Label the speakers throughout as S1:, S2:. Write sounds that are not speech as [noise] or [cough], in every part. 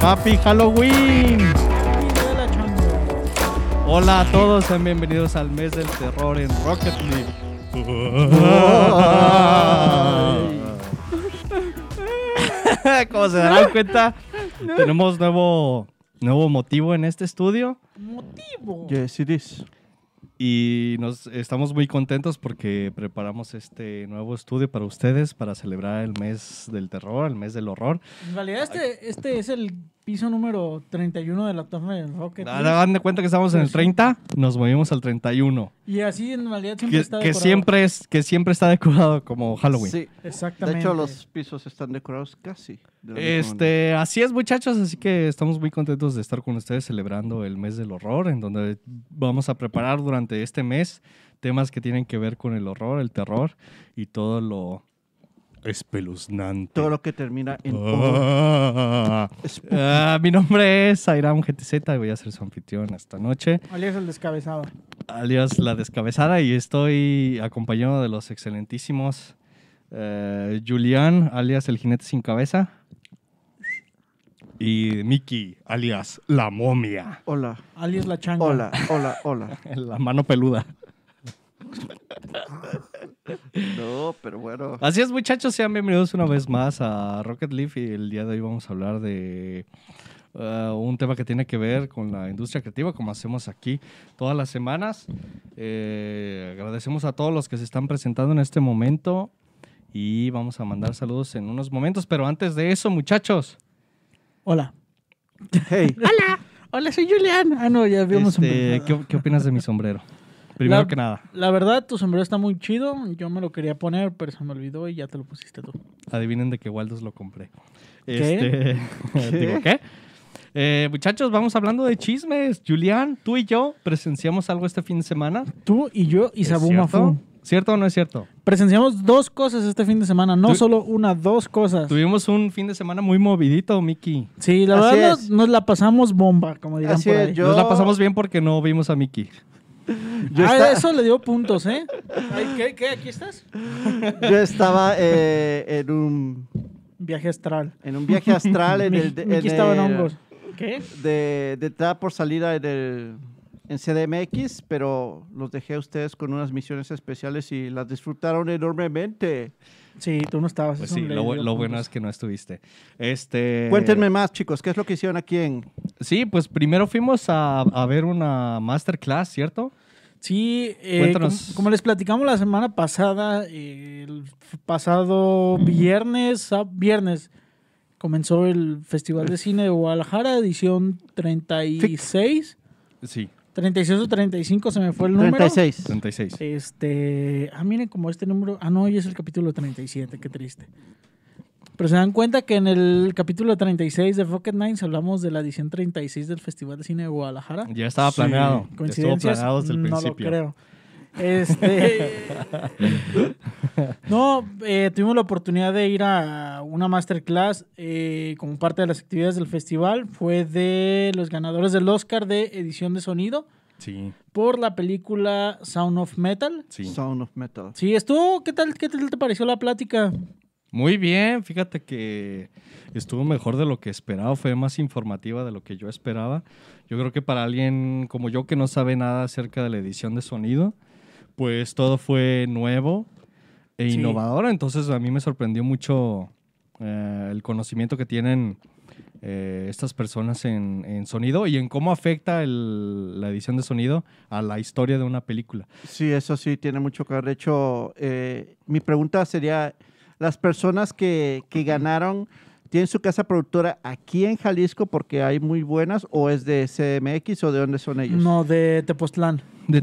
S1: Happy Halloween. Hola a todos, sean bienvenidos al mes del terror en Rocket League. Como se darán cuenta, tenemos nuevo, nuevo motivo en este estudio
S2: Motivo.
S3: Yes, it is.
S1: y nos estamos muy contentos porque preparamos este nuevo estudio para ustedes para celebrar el mes del terror, el mes del horror.
S2: En realidad este, este es el piso número 31 de la torre del Rocket. League.
S1: Ah, Hagan de cuenta que estamos en el 30, nos movimos al 31,
S2: Y así en realidad siempre
S1: que,
S2: está
S1: que
S2: decorado.
S1: siempre es que siempre está decorado como Halloween.
S3: Sí.
S2: Exactamente.
S3: De hecho, los pisos están decorados casi. de la misma manera.
S1: Este, así es, muchachos, así que estamos muy contentos de estar con ustedes celebrando el mes del horror, en donde vamos a preparar durante este mes temas que tienen que ver con el horror, el terror y todo lo espeluznante.
S3: Todo lo que termina en.
S1: Ah.
S3: Spook.
S1: Ah, mi nombre es Airam GTZ y voy a ser su anfitrión esta noche,
S2: Alias el descabezado.
S1: alias La Descabezada, y estoy acompañado de los excelentísimos eh, Julián, alias El Jinete Sin Cabeza, y Mickey, alias La Momia,
S3: Hola,
S2: Alias la changa.
S3: hola, hola,
S2: [laughs]
S3: hola.
S1: [laughs] la mano peluda.
S3: No, pero bueno.
S1: Así es, muchachos, sean bienvenidos una vez más a Rocket Leaf y el día de hoy vamos a hablar de eh, un tema que tiene que ver con la industria creativa, como hacemos aquí todas las semanas. Eh, agradecemos a todos los que se están presentando en este momento y vamos a mandar saludos en unos momentos, pero antes de eso, muchachos,
S2: Hola.
S3: Hey,
S2: Hola, soy Julián. Ah, no, ya habíamos
S1: este,
S2: empezado.
S1: ¿qué, qué opinas de mi sombrero? Primero
S2: La-
S1: que nada,
S2: La verdad, tu sombrero está muy chido. Yo me lo quería poner, pero se me olvidó y ya te lo pusiste tú.
S1: adivinen de qué Waldos lo compré.
S2: ¿Qué? [laughs]
S1: Este, [laughs] digo, ¿qué? Eh, muchachos, vamos hablando de chismes. Julián, tú y yo presenciamos algo este fin de semana.
S2: Tú y yo y
S1: ¿Es
S2: Sabu
S1: cierto?
S2: Mafu.
S1: ¿Cierto o no es cierto?
S2: Presenciamos dos cosas este fin de semana, no
S1: Tu-
S2: solo una, dos cosas.
S1: Tuvimos un fin de semana muy movidito, Miki.
S2: Sí, la
S3: Así
S2: verdad
S3: es.
S2: nos, nos la pasamos bomba, como dirán
S3: Así
S2: por
S3: es,
S2: ahí.
S3: yo-
S1: Nos la pasamos bien porque no vimos a Miki.
S2: Pues
S3: yo,
S2: Ah,
S3: esta-
S2: eso le dio puntos, ¿eh? Ay, ¿qué, ¿Qué? ¿Aquí estás?
S3: yo estaba eh, en, un,
S2: Viaje astral.
S3: en
S2: [laughs]
S3: un viaje astral en el. de-
S2: Mi- Miki estaba en
S3: el-
S2: hongos. ¿Qué?
S3: de, de entrada por salida en el en CDMX, pero los dejé a ustedes con unas misiones especiales y las disfrutaron enormemente.
S2: Sí, tú no estabas.
S1: Pues
S2: eso
S1: sí,
S2: le
S1: lo, bu-
S2: dio
S1: lo
S2: puntos.
S1: bueno es que no estuviste.
S2: Eh.
S1: Este,
S3: Cuéntenme más, chicos, ¿qué es lo que hicieron aquí en
S1: Sí, pues primero fuimos a, a ver una masterclass, ¿cierto?
S2: Sí, eh,
S1: Cuéntanos.
S2: como, como les platicamos la semana pasada, eh, el f- pasado viernes, ah, viernes, comenzó el Festival de Cine de Guadalajara, edición 36.
S1: Sí,
S2: 36 o 35 se me fue el número.
S3: 36?
S1: 36.
S2: Este. Ah, miren como este número. Ah, no, hoy es el capítulo 37, qué triste. Pero se dan cuenta que en el capítulo 36 de Rocket Nines hablamos de la edición 36 del Festival de Cine de Guadalajara.
S1: Ya estaba planeado. ya Estuvo
S2: ¿Coincidencias?
S1: planeado desde el
S2: no
S1: principio.
S2: lo creo. Este. [laughs] no, eh, tuvimos la oportunidad de ir a una masterclass eh, como parte de las actividades del festival. Fue de los ganadores del Oscar de edición de sonido
S1: Sí,
S2: por la película Sound of Metal.
S1: sí.
S3: Sound of Metal.
S2: Sí, estuvo. ¿Qué tal, qué tal te pareció la plática?
S1: Muy bien, fíjate que estuvo mejor de lo que esperaba, fue más informativa de lo que yo esperaba. Yo creo que para alguien como yo que no sabe nada acerca de la edición de sonido, pues todo fue nuevo e
S2: Sí.
S1: innovador, entonces a mí me sorprendió mucho eh, el conocimiento que tienen eh, estas personas en, en sonido y en cómo afecta el- la edición de sonido a la historia de una película.
S3: Sí, eso sí, tiene mucho que ver. De hecho, eh, mi pregunta sería, las personas que, que ganaron, ¿tienen su casa productora aquí en Jalisco porque hay muy buenas o es de CDMX o de dónde son ellos?
S2: No, de Tepoztlán.
S1: De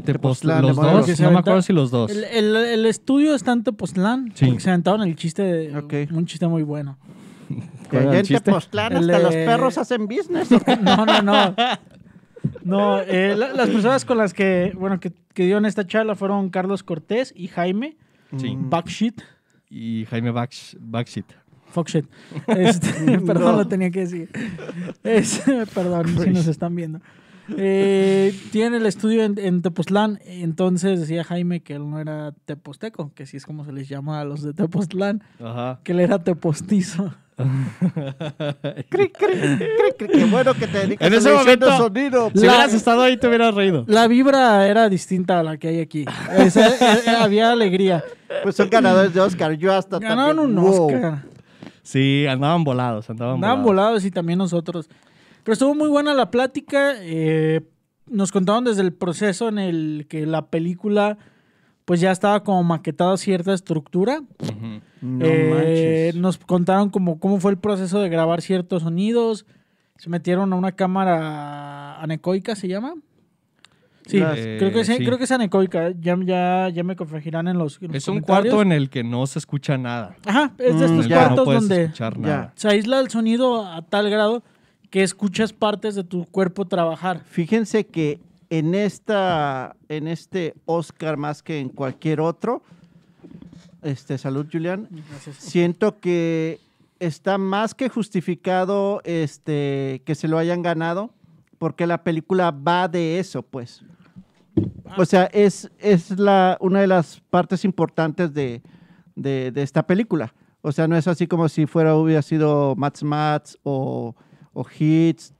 S1: Tepoztlán,
S3: Tepoztlán,
S1: los
S3: de Morelos.
S1: dos, no me acuerdo si los dos.
S2: El, el- el estudio está en Tepoztlán.
S1: Sí.
S2: Porque se aventaron el chiste, de,
S3: Ok.
S2: un chiste muy bueno. [laughs]
S3: Que
S1: ¿Cuál
S3: allá
S1: era el
S3: en
S1: chiste?
S3: Tepoztlán
S2: El
S3: hasta
S2: de-
S3: los perros hacen business. ¿o qué?
S2: No, no, no. No, eh, la- las personas con las que, bueno, que, que dieron esta charla fueron Carlos Cortés y Jaime.
S1: [laughs] Sí.
S3: Mm.
S2: Backshit.
S1: Y Jaime Bax- Baxit.
S2: Fuck shit. Este, [laughs] perdón,
S3: [laughs] No.
S2: lo tenía que decir. Es- [laughs] perdón, si nos están viendo. Eh, tiene el estudio en, en Tepoztlán, entonces decía Jaime que él no era teposteco, que sí es como se les llama a los de Tepoztlán,
S1: Ajá.
S2: que él era tepostizo.
S3: Cric, cric, cric, cric. Qué bueno que te dedicas
S1: En
S3: a
S1: ese
S3: la edición de
S1: momento-
S3: sonido.
S1: Si hubieras estado ahí, te hubieras reído.
S2: La vibra era distinta a la que hay aquí. Esa- [laughs] eh, eh, había alegría.
S3: Pues son ganadores de Oscar. Yo hasta
S2: Ganaron un
S3: también. Wow.
S2: Oscar.
S1: Sí, andaban volados, andaban,
S2: Andaban
S1: volados.
S2: volados y también nosotros. Pero estuvo muy buena la plática. eh, nos contaron desde el proceso en el que la película pues ya estaba como maquetada cierta estructura.
S1: Ujú.
S3: No
S2: Eh,
S3: manches.
S2: nos contaron como cómo fue el proceso de grabar ciertos sonidos. Se metieron a una cámara anecoica, ¿se llama? Sí,
S3: Las-
S2: creo, que
S1: Eh,
S2: sí,
S1: sí.
S2: creo que es anecoica. Ya, ya, ya me corregirán en los, en los
S1: Es un
S2: comentarios.
S1: cuarto en el que no se escucha nada.
S2: Ajá, es de
S3: Mm,
S2: estos
S1: En el
S3: ya.
S1: que no
S2: cuartos
S1: puedes
S2: donde
S1: escuchar
S3: Ya.
S1: nada.
S2: se aísla el sonido a tal grado que escuchas partes de tu cuerpo trabajar.
S3: Fíjense que en esta, en este Oscar más que en cualquier otro, este, salud, Julián. Siento que está más que justificado este, que se lo hayan ganado, porque la película va de eso, pues. O sea, es, es la, una de las partes importantes de, de- de esta película. O sea, no es así como si fuera, hubiera sido Mats Mats o, o Hits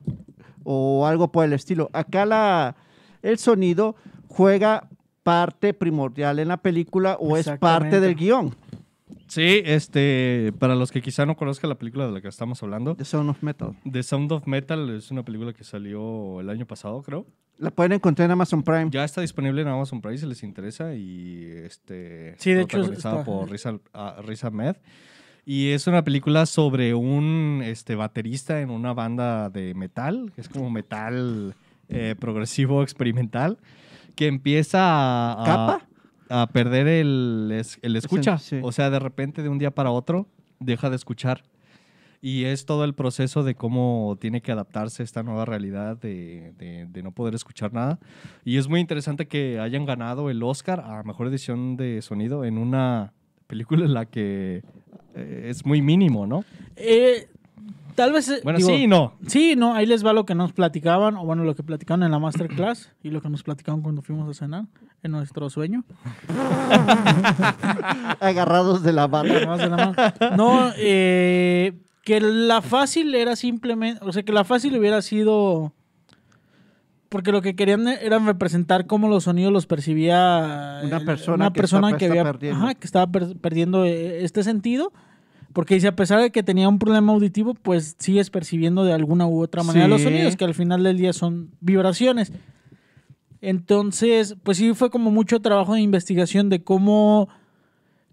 S3: o algo por el estilo. Acá la, el sonido juega parte primordial en la película o es parte
S2: Exactamente.
S3: del guión
S1: Sí, este, para los que quizá no conozcan la película de la que estamos hablando,
S3: de Sound of Metal.
S1: The Sound of Metal es una película que salió el año pasado, creo.
S3: La pueden encontrar en Amazon Prime.
S1: Ya está disponible en Amazon Prime si les interesa y este
S2: Sí, de hecho,
S1: protagonizada
S2: está.
S1: por Riz, Al- ah, Riz Ahmed y es una película sobre un este baterista en una banda de metal, que es como metal eh, progresivo experimental que empieza a, a-
S3: ¿Capa?
S1: a perder el, es- el escucha,
S3: sí.
S1: o sea, de repente de un día para otro deja de escuchar. Y es todo el proceso de cómo tiene que adaptarse a esta nueva realidad de, de- de no poder escuchar nada. Y es muy interesante que hayan ganado el Oscar a Mejor Edición de Sonido en una película en la que eh, es muy mínimo, ¿no?
S2: Eh, tal vez... eh,
S1: Bueno,
S2: digo,
S1: sí y no.
S2: Sí, no, ahí les va lo que nos platicaban, o bueno, lo que platicaron en la masterclass y lo que nos platicaron cuando fuimos a cenar en nuestro sueño.
S3: [laughs] Agarrados de la
S2: [laughs]
S3: barra.
S2: Además de la mano. No, eh, que la fácil era simplemente, o sea, que la fácil hubiera sido, porque lo que querían era representar cómo los sonidos los percibía
S3: Una
S2: el-
S3: persona
S2: una
S3: que
S2: persona
S3: está-
S2: que
S3: está
S2: había,
S3: perdiendo.
S2: ajá, que estaba per- perdiendo eh, este sentido. Porque dice, a pesar de que tenía un problema auditivo, pues sigues percibiendo de alguna u otra manera los
S3: Sí.
S2: sonidos, que al final del día son vibraciones. Entonces, pues sí fue como mucho trabajo de investigación de cómo,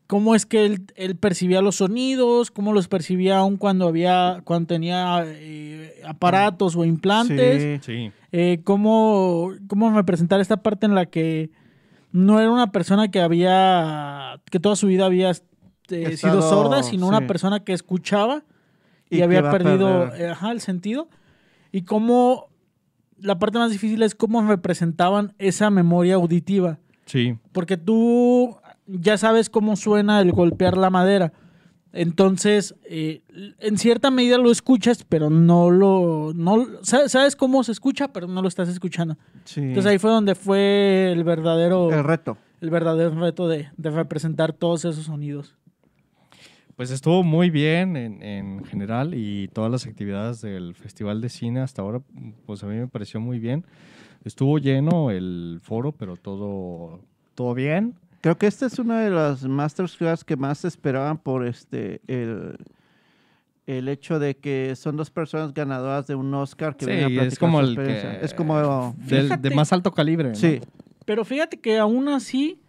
S2: cómo es que él, él percibía los sonidos, cómo los percibía aún cuando había, cuando tenía eh, aparatos o implantes
S3: Sí.
S1: Sí.
S2: eh, cómo, cómo representar esta parte en la que no era una persona que había, que toda su vida había eh, sido
S3: Estado-
S2: sorda, sino
S3: sí.
S2: una persona que escuchaba y,
S3: Y que
S2: había
S3: va a
S2: perdido
S3: perder.
S2: eh, ajá, el sentido. Y cómo, la parte más difícil es cómo representaban esa memoria auditiva.
S1: Sí.
S2: Porque tú ya sabes cómo suena el golpear la madera. Entonces, eh, en cierta medida lo escuchas, pero no lo... No, sa- sabes cómo se escucha, pero no lo estás escuchando.
S3: Sí.
S2: Entonces ahí fue donde fue el verdadero,
S3: El reto.
S2: el verdadero reto de, de representar todos esos sonidos.
S1: Pues estuvo muy bien en, en general y todas las actividades del Festival de Cine hasta ahora, pues a mí me pareció muy bien. Estuvo lleno el foro, pero todo, todo bien.
S3: Creo que esta es una de las masterclass que más esperaban por este el, el hecho de que son dos personas ganadoras de un Oscar que
S1: Sí,
S3: vienen a
S1: es
S3: platicar
S1: como
S3: su
S1: el que-
S3: experiencia. Es como...
S1: Del, de
S2: Fíjate.
S1: más alto calibre. ¿no?
S3: Sí.
S2: Pero fíjate que aún así,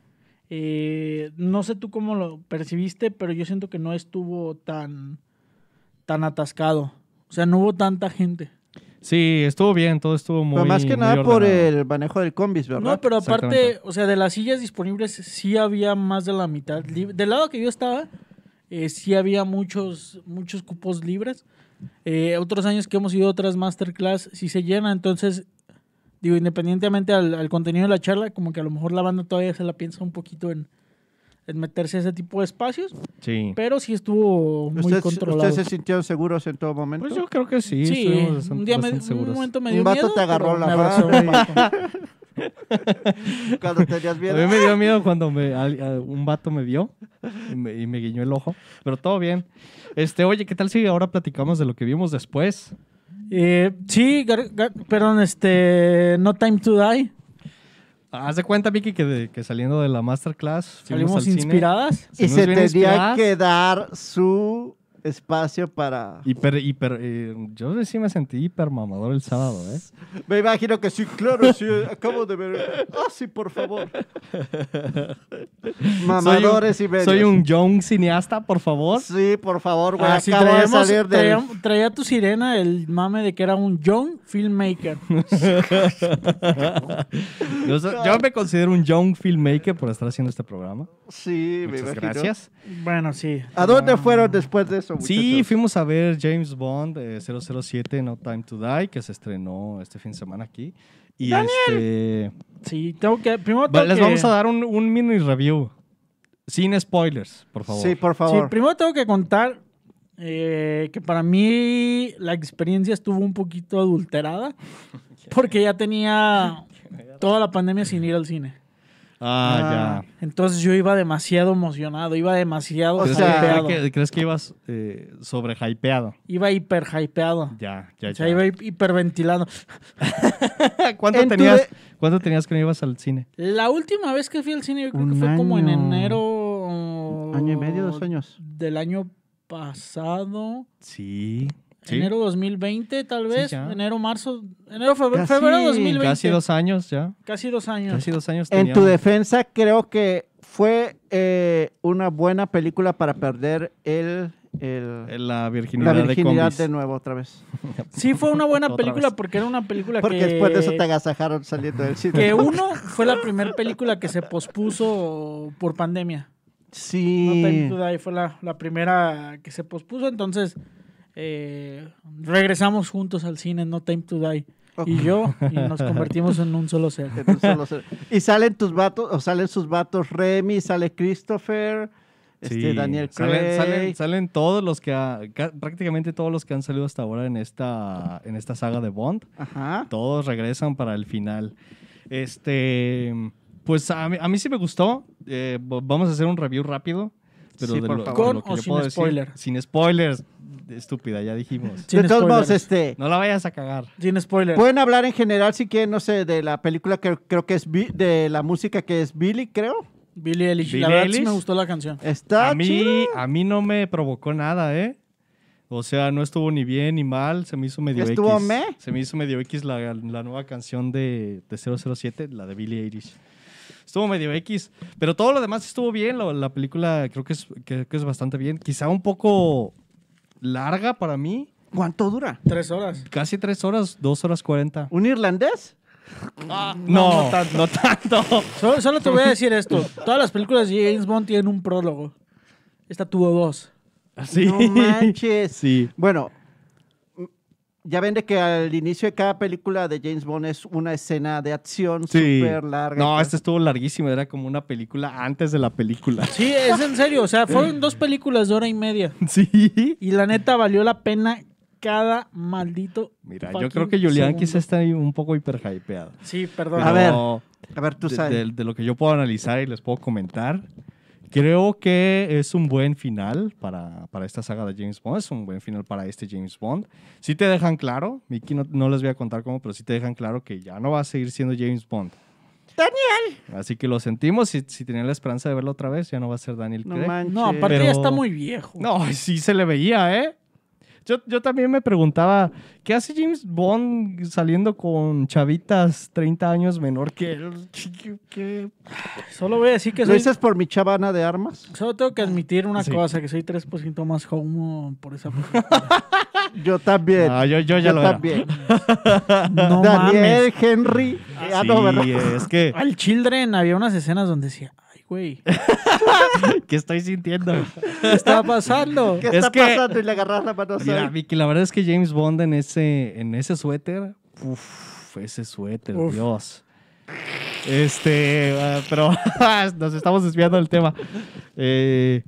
S2: eh, no sé tú cómo lo percibiste, pero yo siento que no estuvo tan, tan atascado. O sea, no hubo tanta gente.
S1: Sí, estuvo bien, todo estuvo muy
S3: Pero más que
S1: muy
S3: nada por
S1: ordenado.
S3: el manejo del combis, ¿verdad?
S2: No, pero aparte,
S1: Exactamente.
S2: o sea, de las sillas disponibles sí había más de la mitad. lib- Del lado que yo estaba, eh, sí había muchos, muchos cupos libres. Eh, otros años que hemos ido a otras masterclass, sí se llena. Entonces, digo, independientemente al, al contenido de la charla, como que a lo mejor la banda todavía se la piensa un poquito en, en meterse a ese tipo de espacios.
S1: Sí.
S2: Pero sí estuvo muy
S3: ¿Ustedes,
S2: controlado.
S3: ustedes se sintieron seguros en todo momento?
S1: Pues yo creo que sí,
S2: Sí,
S1: estuvimos bastante,
S2: un día me,
S1: bastante
S2: un
S1: seguros.
S2: momento me
S3: Un
S2: dio
S3: vato
S2: miedo,
S3: te agarró
S2: pero
S3: la
S2: me abrazó un
S3: mano
S2: vato.
S3: [laughs] Cuando
S1: A
S3: tenías
S1: mí
S3: miedo.
S1: me dio miedo cuando me, al- a- un vato me vio y, me, y me guiñó el ojo. Pero todo bien. Este, oye, ¿qué tal si ahora platicamos de lo que vimos después?
S2: Eh, sí, gar- gar- perdón, este. No Time to Die.
S1: Haz de cuenta, Vicky, que, de- que saliendo de la masterclass fuimos al
S2: Salimos
S1: cine.
S2: inspiradas.
S1: Si
S3: y
S1: nos
S3: se
S1: viene
S3: tenía
S1: inspiradas-
S3: que dar su espacio para...
S1: Hiper, hiper, eh, yo sí me sentí hiper mamador el sábado, ¿eh?
S3: Me imagino que sí, claro, sí, acabo de ver. Ah, sí, por [laughs] favor. [laughs] Mamadores
S1: soy un,
S3: y medios.
S1: Soy un young cineasta, por favor.
S3: [laughs] Sí, por favor, güey,
S2: Ah, sí,
S3: acabo de
S2: traíamos-
S3: salir del...
S2: traía, traía tu sirena el mame de que era un young
S3: [laughs]
S2: filmmaker.
S1: Yo, so- yo me considero un young filmmaker por estar haciendo este programa.
S3: Sí, me
S1: Muchas
S3: imagino.
S1: gracias.
S2: bueno, sí. Ah,
S3: ¿A dónde fueron después de eso,
S1: Sí,
S3: muchachos?
S1: fuimos a ver James Bond eh, 007 No Time to Die, que se estrenó este fin de semana aquí. Y este,
S2: Sí, tengo que. Primero
S1: va-
S2: tengo
S1: les
S2: que,
S1: vamos a dar un, un mini review. Sin spoilers, por favor.
S3: Sí, por
S2: sí,
S3: favor.
S2: primero tengo que contar eh, que para mí la experiencia estuvo un
S1: [laughs]
S2: poquito adulterada. Porque ya tenía toda la pandemia sin ir al cine.
S1: Ah, ya.
S2: Entonces yo iba demasiado emocionado, iba demasiado
S3: O
S1: ¿Crees,
S3: sea-
S2: hypeado.
S1: que, crees que ibas eh, sobrehypeado?
S2: Iba hiper hypeado.
S1: Ya, ya,
S2: o sea,
S1: ya.
S2: iba hi- hiperventilado.
S1: [laughs] ¿Cuánto
S3: En tu
S1: tenías,
S3: de-
S1: ¿Cuánto tenías que no ibas al cine?
S2: La última vez que fui al cine, yo creo
S3: Un
S2: que fue como en
S3: año.
S2: enero.
S3: Año y medio, dos años.
S2: Del año pasado.
S1: Sí.
S2: Enero 2020, tal
S1: Sí,
S2: vez.
S1: ya.
S2: enero, marzo. Enero, febrero,
S3: Casi-
S2: febrero 2020.
S1: Casi dos años ya.
S2: Casi dos años.
S1: Casi dos años
S3: En tu
S1: teníamos.
S3: defensa, creo que fue eh, una buena película para perder el, el-
S1: La virginidad,
S3: la virginidad de,
S1: de, combis.
S3: nuevo otra vez.
S2: Sí,
S1: [laughs]
S2: fue una buena
S1: Otra
S2: película
S1: vez.
S2: porque era una [laughs] película
S3: Porque
S2: que.
S3: después de eso te agasajaron saliendo del cine.
S2: Que uno fue la primera película que se pospuso por pandemia. No Time
S3: [laughs] Sí.
S2: to Die fue la, la primera que se pospuso, entonces eh, regresamos juntos al cine, No Time to Die.
S3: Ok.
S2: Y yo, y nos convertimos en un solo ser.
S3: Entonces, solo se- y salen tus vatos, o salen sus vatos Remy, sale Christopher, este,
S1: Sí,
S3: Daniel Craig.
S1: salen, salen- salen todos los que ha- ca- prácticamente todos los que han salido hasta ahora en esta en esta saga de Bond,
S3: Ajá.
S1: todos regresan para el final. Este, pues a mí, a mí sí me gustó. Eh, v- vamos a hacer un review rápido, pero
S3: Sí,
S1: de
S3: por
S1: lo- de
S3: favor.
S1: lo que
S2: ¿Con o
S1: yo
S2: sin
S1: puedo decir-
S2: spoiler?
S1: sin spoilers, estúpida, ya dijimos.
S2: Sin
S3: de todos modos,
S2: spoilers.
S3: este, pues,
S1: No la vayas a cagar.
S2: Sin spoiler.
S3: pueden hablar en general si quieren, no sé, de la película que creo que es, Bi- de la música que es Billy, creo.
S2: Billie Eilish.
S1: Billie
S2: la verdad sí
S1: Eilish.
S2: me gustó la canción.
S3: Está
S1: a mí,
S3: chido.
S1: a mí no me provocó nada, ¿eh? O sea, no estuvo ni bien ni mal, se me hizo medio
S3: ¿Estuvo
S1: X.
S3: meh?
S1: Se me hizo medio X la, la nueva canción de, de 007, la de Billie Eilish. Estuvo medio X, pero todo lo demás estuvo bien, lo- la película creo que es, que- que es bastante bien. Quizá un poco larga para mí,
S3: ¿Cuánto dura?
S2: Tres horas.
S1: casi tres horas, dos horas cuarenta.
S3: ¿Un irlandés?
S1: no, no tanto.
S3: [laughs]
S2: Solo, solo te voy a decir esto. Todas las películas de James Bond tienen un prólogo. Esta tuvo dos.
S1: Sí.
S3: No manches.
S1: Sí.
S3: Bueno, mm, ya ven de que al inicio de cada película de James Bond es una escena de acción
S1: Sí.
S3: súper larga. pues.
S1: No, este
S3: Entonces,
S1: esta estuvo larguísima, era como una película antes de la película.
S2: Sí, es en serio. O sea, fueron dos películas de hora y media.
S3: [laughs]
S1: Sí.
S2: Y la neta valió la pena cada maldito.
S1: Mira, yo
S2: fucking
S1: creo que Julián
S2: segundo.
S1: quizá está ahí un poco hiperhypeado.
S2: Sí, perdón.
S1: Pero
S3: A ver, A ver, tú
S1: de-
S3: sabes.
S1: de- de lo que yo puedo analizar y les puedo comentar, creo que es un buen final para, para esta saga de James Bond. Es un buen final para este James Bond. Sí te dejan claro, Mickey, no, no les voy a contar cómo, pero sí te dejan claro que ya no va a seguir siendo James Bond. ¡Daniel! Así que lo sentimos. Si, si tenían la esperanza de verlo otra vez, ya no va a ser Daniel
S3: no
S1: Craig.
S3: manches.
S2: No, aparte
S1: Pero-
S2: ya está muy viejo.
S1: No, [laughs] sí se le veía, ¿eh? Yo, yo también me preguntaba, ¿qué hace James Bond saliendo con chavitas 30 años menor que él? [laughs] ¿Qué- qué- qué?
S2: Solo voy a decir que
S3: ¿Lo
S2: soy...
S3: dices por mi chavana de armas?
S2: Solo tengo que admitir una
S1: Sí.
S2: cosa, que soy 3% más homo por
S3: [laughs]
S2: esa película.
S3: Yo también.
S1: Ah, yo, yo ya
S3: Eh, Yo
S1: lo era.
S3: también.
S2: [laughs] No
S3: Daniel,
S2: mames.
S3: Henry. Ah, no, ¿verdad?
S1: Sí, es que,
S2: Al Children había unas escenas donde decía, ay, güey, ¿qué
S1: que estoy
S3: [laughs]
S1: sintiendo.
S2: está pasando?
S3: ¿Qué está
S1: que-
S3: pasando? Y le agarras la mano.
S1: Mira,
S3: ¿sabes?
S1: Vicky, la verdad es que James Bond en ese, en ese suéter, uff, ese suéter,
S2: Uf.
S1: Dios. Este, ah, pero [laughs] nos estamos desviando del tema. Eh,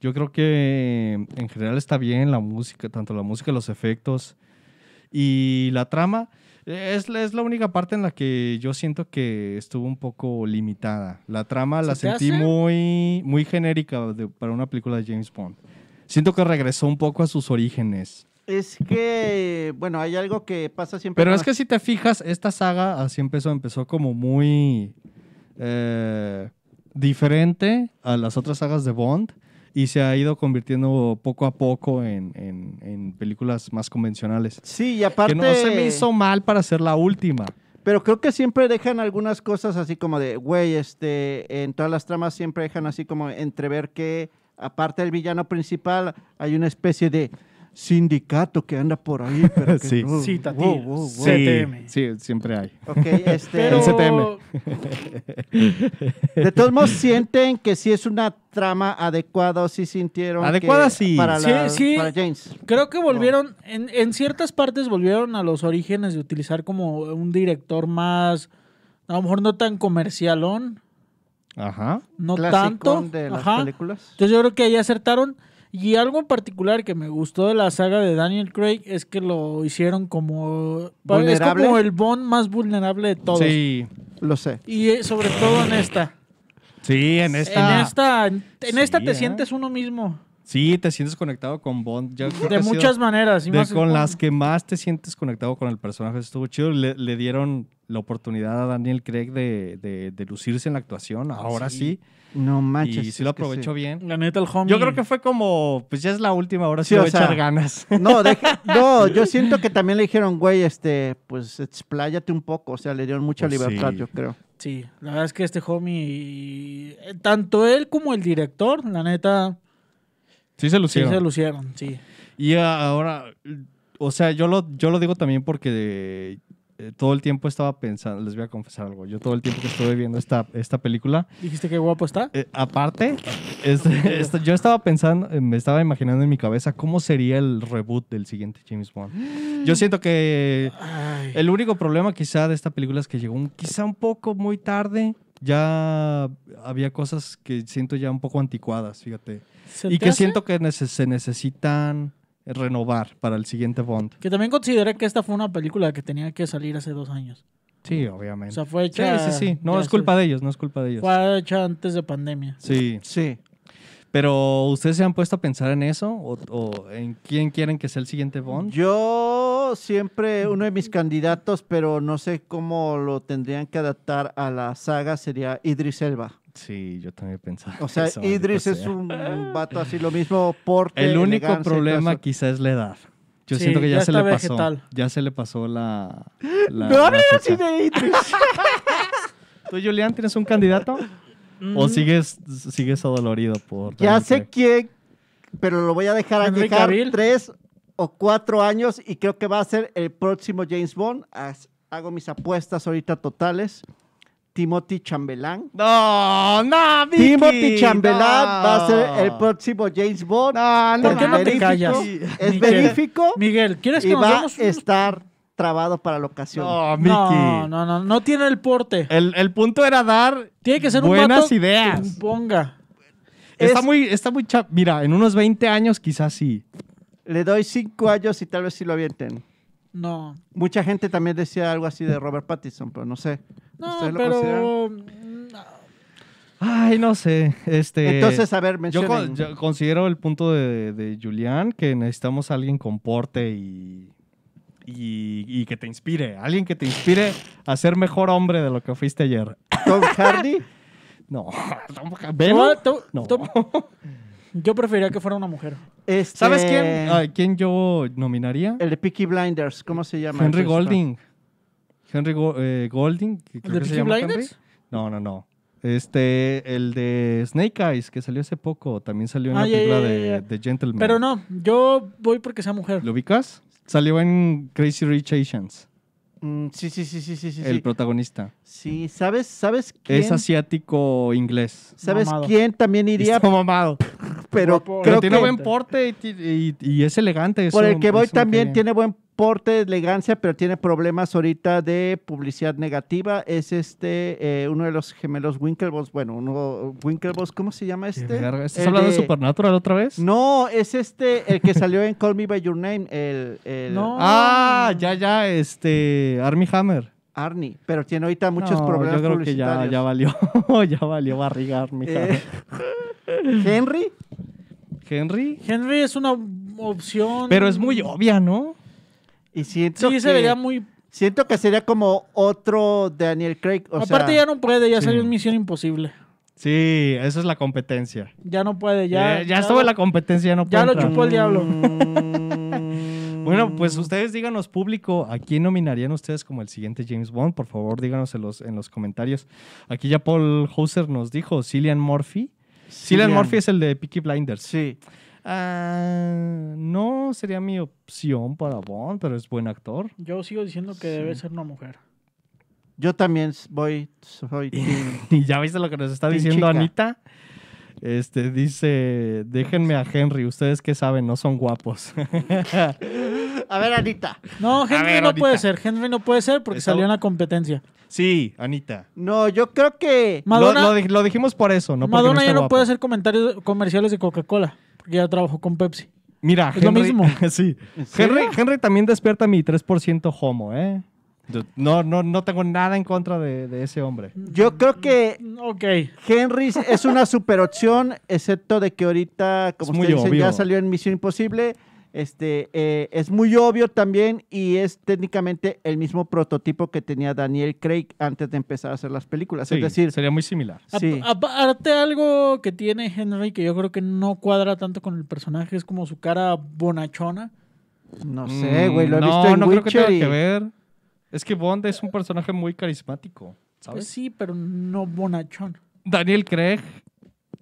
S1: yo creo que en general está bien la música, tanto la música, los efectos y la trama. Es, la- es la única parte en la que yo siento que estuvo un poco limitada. La trama la
S2: ¿Se te
S1: sentí
S2: hace?
S1: muy, muy genérica de- para una película de James Bond. Siento que regresó un poco a sus orígenes.
S3: Es que, bueno, hay algo que pasa siempre.
S1: Pero
S3: con
S1: es
S3: las-
S1: que si te fijas, esta saga así empezó, empezó como muy eh, diferente a las otras sagas de Bond y se ha ido convirtiendo poco a poco en, en- en películas más convencionales.
S3: Sí, y aparte.
S1: Que no se me hizo mal para ser la última.
S3: Pero creo que siempre dejan algunas cosas así como de, güey, este, en todas las tramas siempre dejan así como entrever que, aparte del villano principal, hay una especie de sindicato que anda
S1: [laughs]
S3: por ahí. Pero que-
S1: Sí.
S3: wow,
S2: Sí, Tati.
S3: wow, wow, wow.
S2: Sí. CTM.
S1: Sí, siempre hay.
S3: Ok, este,
S2: Pero
S1: El CTM.
S3: de todos modos sienten que sí es una trama adecuada o sí sintieron que-
S1: Adecuada sí.
S3: para,
S2: Sí,
S3: la-
S2: sí.
S3: para James.
S2: creo que volvieron, en, en ciertas partes volvieron a los orígenes de utilizar como un director más, a lo mejor no tan comercialón,
S1: Ajá.
S2: no
S3: Clasicón
S2: tanto.
S3: de las
S2: Ajá.
S3: películas.
S2: Entonces yo creo que ahí acertaron. Y algo en particular que me gustó de la saga de Daniel Craig es que lo hicieron como... pues, Es
S3: ¿Vulnerable?
S2: como el Bond más vulnerable de todos.
S1: Sí.
S3: Lo sé.
S2: Y eh, sobre todo en esta.
S1: Sí, en esta,
S2: En esta, en esta
S1: Sí,
S2: te
S1: ¿eh?
S2: sientes uno mismo.
S1: Sí, te sientes conectado con Bond. Yo creo que
S2: De
S1: ha sido
S2: muchas maneras. y
S1: de
S2: más-
S1: con las que más te sientes conectado con el personaje. Estuvo chido. Le, le dieron la oportunidad a Daniel Craig de, de- de lucirse en la actuación. Ahora sí.
S3: No manches.
S1: y sí lo
S3: es que
S1: aprovechó bien.
S2: La neta, el homie.
S1: Yo creo que fue como, pues ya es la última, ahora sí,
S3: Sí,
S1: le
S3: o
S1: voy a
S3: sea,
S1: echar ganas.
S3: No, deja-
S1: [laughs]
S3: no, yo siento que también le dijeron, güey, este, pues expláyate un poco. O sea, le dieron mucha
S1: Pues sí.
S3: libertad, yo creo.
S2: Sí, la verdad es que este homie... eh, Tanto él como el director, la neta,
S1: Sí se
S2: sí
S1: lucieron.
S2: se lucieron. Sí.
S1: Y a- ahora, o sea, yo lo, yo lo digo también porque eh, todo el tiempo estaba pensando, les voy a confesar algo, yo todo el tiempo que estuve viendo esta, esta película,
S2: Dijiste que guapo está.
S1: eh, aparte, es- es- yo estaba pensando, eh, me estaba imaginando en mi cabeza cómo sería el reboot del siguiente James Bond. Yo siento que
S2: Ay.
S1: el único problema quizá de esta película es que llegó un- quizá un poco muy tarde. Ya había cosas que siento ya un poco anticuadas, fíjate.
S2: ¿Se
S1: Y
S2: te eh?
S1: que
S2: hace?
S1: siento que nece- se necesitan renovar para el siguiente Bond.
S2: Que también consideré que esta fue una película que tenía que salir hace dos años.
S1: Sí,
S2: O
S1: obviamente.
S2: sea, fue
S1: Sí,
S2: hecha.
S1: sí, sí. No
S2: ya
S1: es
S2: se-
S1: culpa de ellos, no es culpa de ellos.
S2: Fue hecha antes de pandemia.
S1: Sí.
S3: Sí.
S1: Pero ¿ustedes se han puesto a pensar en eso? ¿O, o en quién quieren que sea el siguiente Bond?
S3: Yo siempre, uno de mis candidatos, pero no sé cómo lo tendrían que adaptar a la saga, sería Idris Elba.
S1: Sí, yo también he pensado.
S3: O sea,
S1: eso, maldita
S3: Idris es
S1: sea.
S3: un vato así, lo mismo porte,
S1: El único
S3: elegancia y
S1: problema
S3: todo eso.
S1: quizá es la edad. Yo
S2: Sí,
S1: siento que ya,
S2: ya
S1: se le
S2: está
S1: pasó.
S2: vegetal.
S1: Ya se le pasó la. la-
S3: ¡No
S1: la
S3: hables así
S1: fecha.
S3: de Idris!
S1: ¿Tú, Julián, tienes un candidato? ¿O
S2: Mm.
S1: sigues, sigues adolorido por.?
S3: ya
S1: Daniel
S3: sé
S1: Craig?
S3: quién, pero lo voy a dejar
S2: Henry
S3: llegar
S2: Cavill.
S3: tres o cuatro años y creo que va a ser el próximo James Bond. Haz- Hago mis apuestas ahorita totales. Timothy Chambelán.
S1: No, no, Vicky.
S3: Timothy Chambelán
S1: no.
S3: va a ser el próximo James Bond.
S1: No, no,
S2: ¿Por qué no te
S1: Vicky.
S3: Verífico,
S2: callas?
S3: Es
S2: Ni
S3: verífico
S2: Miguel, ¿quieres
S3: y
S2: que nos
S3: va a
S2: demos un-
S3: estar trabado para la ocasión.
S1: No, Vicky.
S2: No, no, no, no tiene el porte.
S3: Eh,
S1: El, el punto era dar
S2: Tiene que ser un
S1: buenas
S2: vato que
S1: ideas.
S2: imponga.
S1: Está
S3: Es-
S1: muy, está muy cha- Mira, en unos 20 años quizás sí.
S3: Le doy cinco años y tal vez sí lo avienten.
S2: No.
S3: Mucha gente también decía algo así de Robert Pattinson, pero no sé.
S2: No,
S3: ¿Ustedes lo consideran?
S2: pero mm,
S1: Ay, no sé. Este,
S3: Entonces, a ver,
S1: yo, con-
S3: mencionen.
S1: yo considero el punto de, de Julián que necesitamos a alguien con porte y, y, y que te inspire. Alguien que te inspire a ser mejor hombre de lo que fuiste ayer.
S3: Tom Hardy.
S1: No.
S2: te
S1: ¿Venom?
S2: voy a- te-
S1: No.
S2: te- yo preferiría que fuera una mujer.
S1: [laughs]
S3: este,
S1: ¿Sabes quién, a quién yo nominaría?
S3: El de Peaky Blinders, ¿cómo se llama?
S1: Henry
S3: Entonces,
S1: Golding. Henry Go- eh, Golding. que creo
S2: ¿De
S1: que se
S2: Peaky
S1: llama
S2: Blinders?
S1: Henry. No, no, no. Este, el de Snake Eyes, que salió hace poco, también salió en
S2: Ah,
S1: la
S2: ya,
S1: película
S2: ya, ya,
S1: de,
S2: ya.
S1: de Gentleman.
S2: Pero no, yo voy porque sea mujer.
S1: ¿Lo ubicas? Salió en Crazy Rich Asians,
S3: Mm, sí, sí, sí, sí, sí, sí.
S1: el
S3: sí.
S1: protagonista.
S3: Sí, ¿sabes, sabes quién?
S1: Es asiático inglés.
S3: ¿Sabes
S2: Mamado.
S3: quién también iría?
S1: Está mamado.
S3: Pero
S1: Pero
S2: Guapo.
S3: creo
S1: tiene
S3: que
S1: buen porte y, ti- y- y es elegante.
S3: por
S1: eso-
S3: el que voy
S1: eso me cae
S3: también
S1: bien.
S3: tiene buen porte de elegancia, pero tiene problemas ahorita de publicidad negativa. Es este, eh, uno de los gemelos Winklevoss. Bueno, uno, Winklevoss, ¿cómo se llama
S1: Qué
S3: este?
S1: verga. ¿Estás
S3: El
S1: hablando de
S3: de-
S1: Supernatural otra vez?
S3: No, es este, el que salió en Call Me By Your Name, el,
S1: [laughs]
S3: el
S2: No.
S1: Ah, ya, ya, este. Army Hammer.
S3: Arnie, pero tiene ahorita muchos
S1: No,
S3: problemas
S1: Yo creo que ya,
S3: publicitarios.
S1: ya valió. [laughs] ya valió barriga Army
S3: Eh,
S1: Hammer.
S3: [laughs] Henry,
S1: Henry.
S2: Henry es una opción.
S1: Pero es muy obvia, ¿no?
S3: y siento,
S2: Sí,
S3: que,
S2: se veía muy.
S3: siento que sería como otro Daniel Craig. O
S2: Aparte,
S3: sea,
S2: ya no puede, ya
S1: sí.
S2: salió en Misión Imposible.
S1: Sí, esa es la competencia.
S2: Ya no puede,
S1: Ya,
S2: ya.
S1: Eh, ya, estuvo
S2: lo-
S1: en la competencia, ya no
S2: ya
S1: puede
S2: lo
S1: entrar.
S2: chupó el diablo.
S3: Mm.
S1: Bueno, pues ustedes díganos, público, ¿a quién nominarían ustedes como el siguiente James Bond? Por favor, díganos en los, en los comentarios. Aquí ya Paul Hauser nos dijo, Cillian Murphy. Cillian, Murphy es el de Peaky Blinders.
S3: Sí.
S1: Ah, no sería mi opción para Bond, pero es buen actor.
S2: Yo sigo diciendo que debe ser una mujer.
S3: Yo también voy,
S1: [laughs]
S3: soy team-
S1: Y ya viste lo que nos está
S3: Team
S1: diciendo
S3: chica.
S1: Anita. Este dice, déjenme a Henry, ustedes que saben, no son guapos. [laughs]
S3: A ver, Anita.
S2: No, Henry
S1: ver,
S2: no
S1: ahorita.
S2: puede ser. Henry no puede ser porque
S1: Eso-
S2: salió en la competencia.
S1: sí, Anita.
S3: No, yo creo que
S1: Lo-
S2: Madonna,
S1: lo, dij- lo dijimos por eso, no porque
S2: Madonna
S1: no
S2: ya
S1: esté
S2: no
S1: guapa.
S2: puede hacer comentarios comerciales de Coca-Cola porque ya trabajó con Pepsi.
S1: Mira,
S2: Es lo
S1: Henry-
S2: mismo.
S1: [laughs] sí.
S3: ¿En serio?
S1: Henry, Henry también despierta mi 3% homo, ¿eh? Yo- No, no, no tengo nada en contra de, de ese hombre.
S3: yo creo que
S2: Ok.
S3: Henry es una super opción, excepto de que ahorita, como
S1: Es muy
S3: ustedes dicen, ya
S1: obvio.
S3: salió en Misión Imposible. Este eh, es muy obvio también y es técnicamente el mismo prototipo que tenía Daniel Craig antes de empezar a hacer las películas.
S1: Sí,
S3: es decir,
S1: sería muy similar.
S2: Ap-
S3: Sí.
S2: Aparte algo que tiene Henry que yo creo que no cuadra tanto con el personaje es como su cara bonachona.
S3: no sé, güey, lo he
S1: Mm,
S3: visto
S1: no,
S3: en
S1: no creo que
S3: Witcher
S1: tenga
S3: y-
S1: que ver. Es que Bond es un personaje muy carismático,
S2: Pues
S1: ¿sabes?
S2: sí, pero no bonachón.
S1: Daniel Craig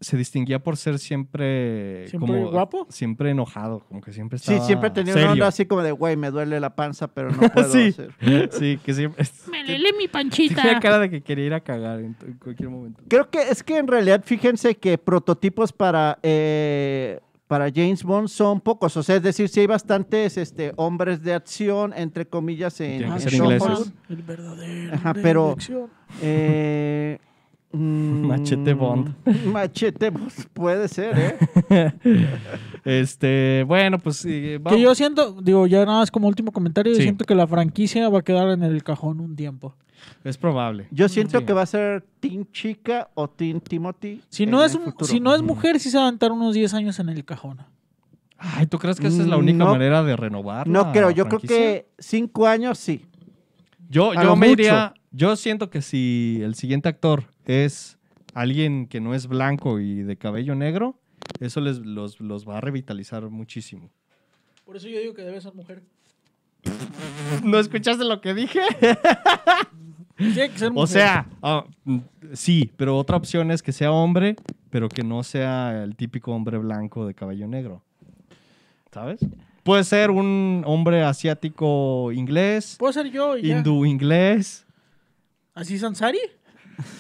S1: se distinguía por ser siempre...
S2: ¿Siempre
S1: como,
S2: guapo?
S1: Siempre enojado, como que siempre
S3: Sí,
S1: estaba
S3: siempre tenía
S1: serio.
S3: una
S1: [laughs]
S3: onda así como de, güey, me duele la panza, pero no puedo
S1: Sí.
S3: hacer.
S1: Sí, que siempre...
S4: Me lele mi
S1: Tenía
S4: panchita.
S1: cara de que quería ir a cagar en en cualquier
S3: [laughs]
S1: momento.
S3: Creo que es que en realidad, fíjense que prototipos para, eh, para James Bond son pocos. O sea, es decir, sí hay bastantes este, hombres de acción, entre comillas, en,
S1: Tienen que
S3: en
S1: ser
S3: Sean
S1: ingleses.
S3: Bond.
S2: Ah, El verdadero.
S3: Ajá,
S2: hombre
S3: pero-
S2: de acción.
S3: Eh, mm,
S1: Machete Bond.
S3: [laughs] Machete Bond, puede ser, ¿eh?
S1: Este, bueno, pues sí, vamos.
S2: Que yo siento, digo, ya nada más como último comentario, yo
S1: Sí.
S2: siento que la franquicia va a quedar en el cajón un tiempo.
S1: Es probable.
S3: Yo siento
S1: Sí.
S3: que va a ser Team Chica o Team Timothy.
S2: Si
S3: en
S2: no,
S3: el
S2: es, un-
S3: futuro.
S2: si no es mujer, sí se va a aventar unos 10 años en el cajón.
S1: Ay, ¿tú crees que esa es la única
S3: Mm, No.
S1: manera de renovar?
S3: No
S1: la
S3: creo, yo
S1: franquicia?
S3: creo que cinco años sí.
S1: Yo,
S3: a
S1: yo
S3: lo
S1: me
S3: mucho.
S1: iría. Yo siento que si el siguiente actor es alguien que no es blanco y de cabello negro, eso les, los, los va a revitalizar muchísimo.
S2: Por eso yo digo que debe ser mujer.
S1: [laughs] ¿No escuchaste lo que dije?
S2: Tiene que ser mujer.
S1: O sea, ah, mm, sí, pero otra opción es que sea hombre, pero que no sea el típico hombre blanco de cabello negro. ¿Sabes? Puede ser un hombre asiático inglés,
S2: Puedo ser yo y ya.
S1: hindú inglés.
S2: ¿Así Sansari?
S1: [laughs]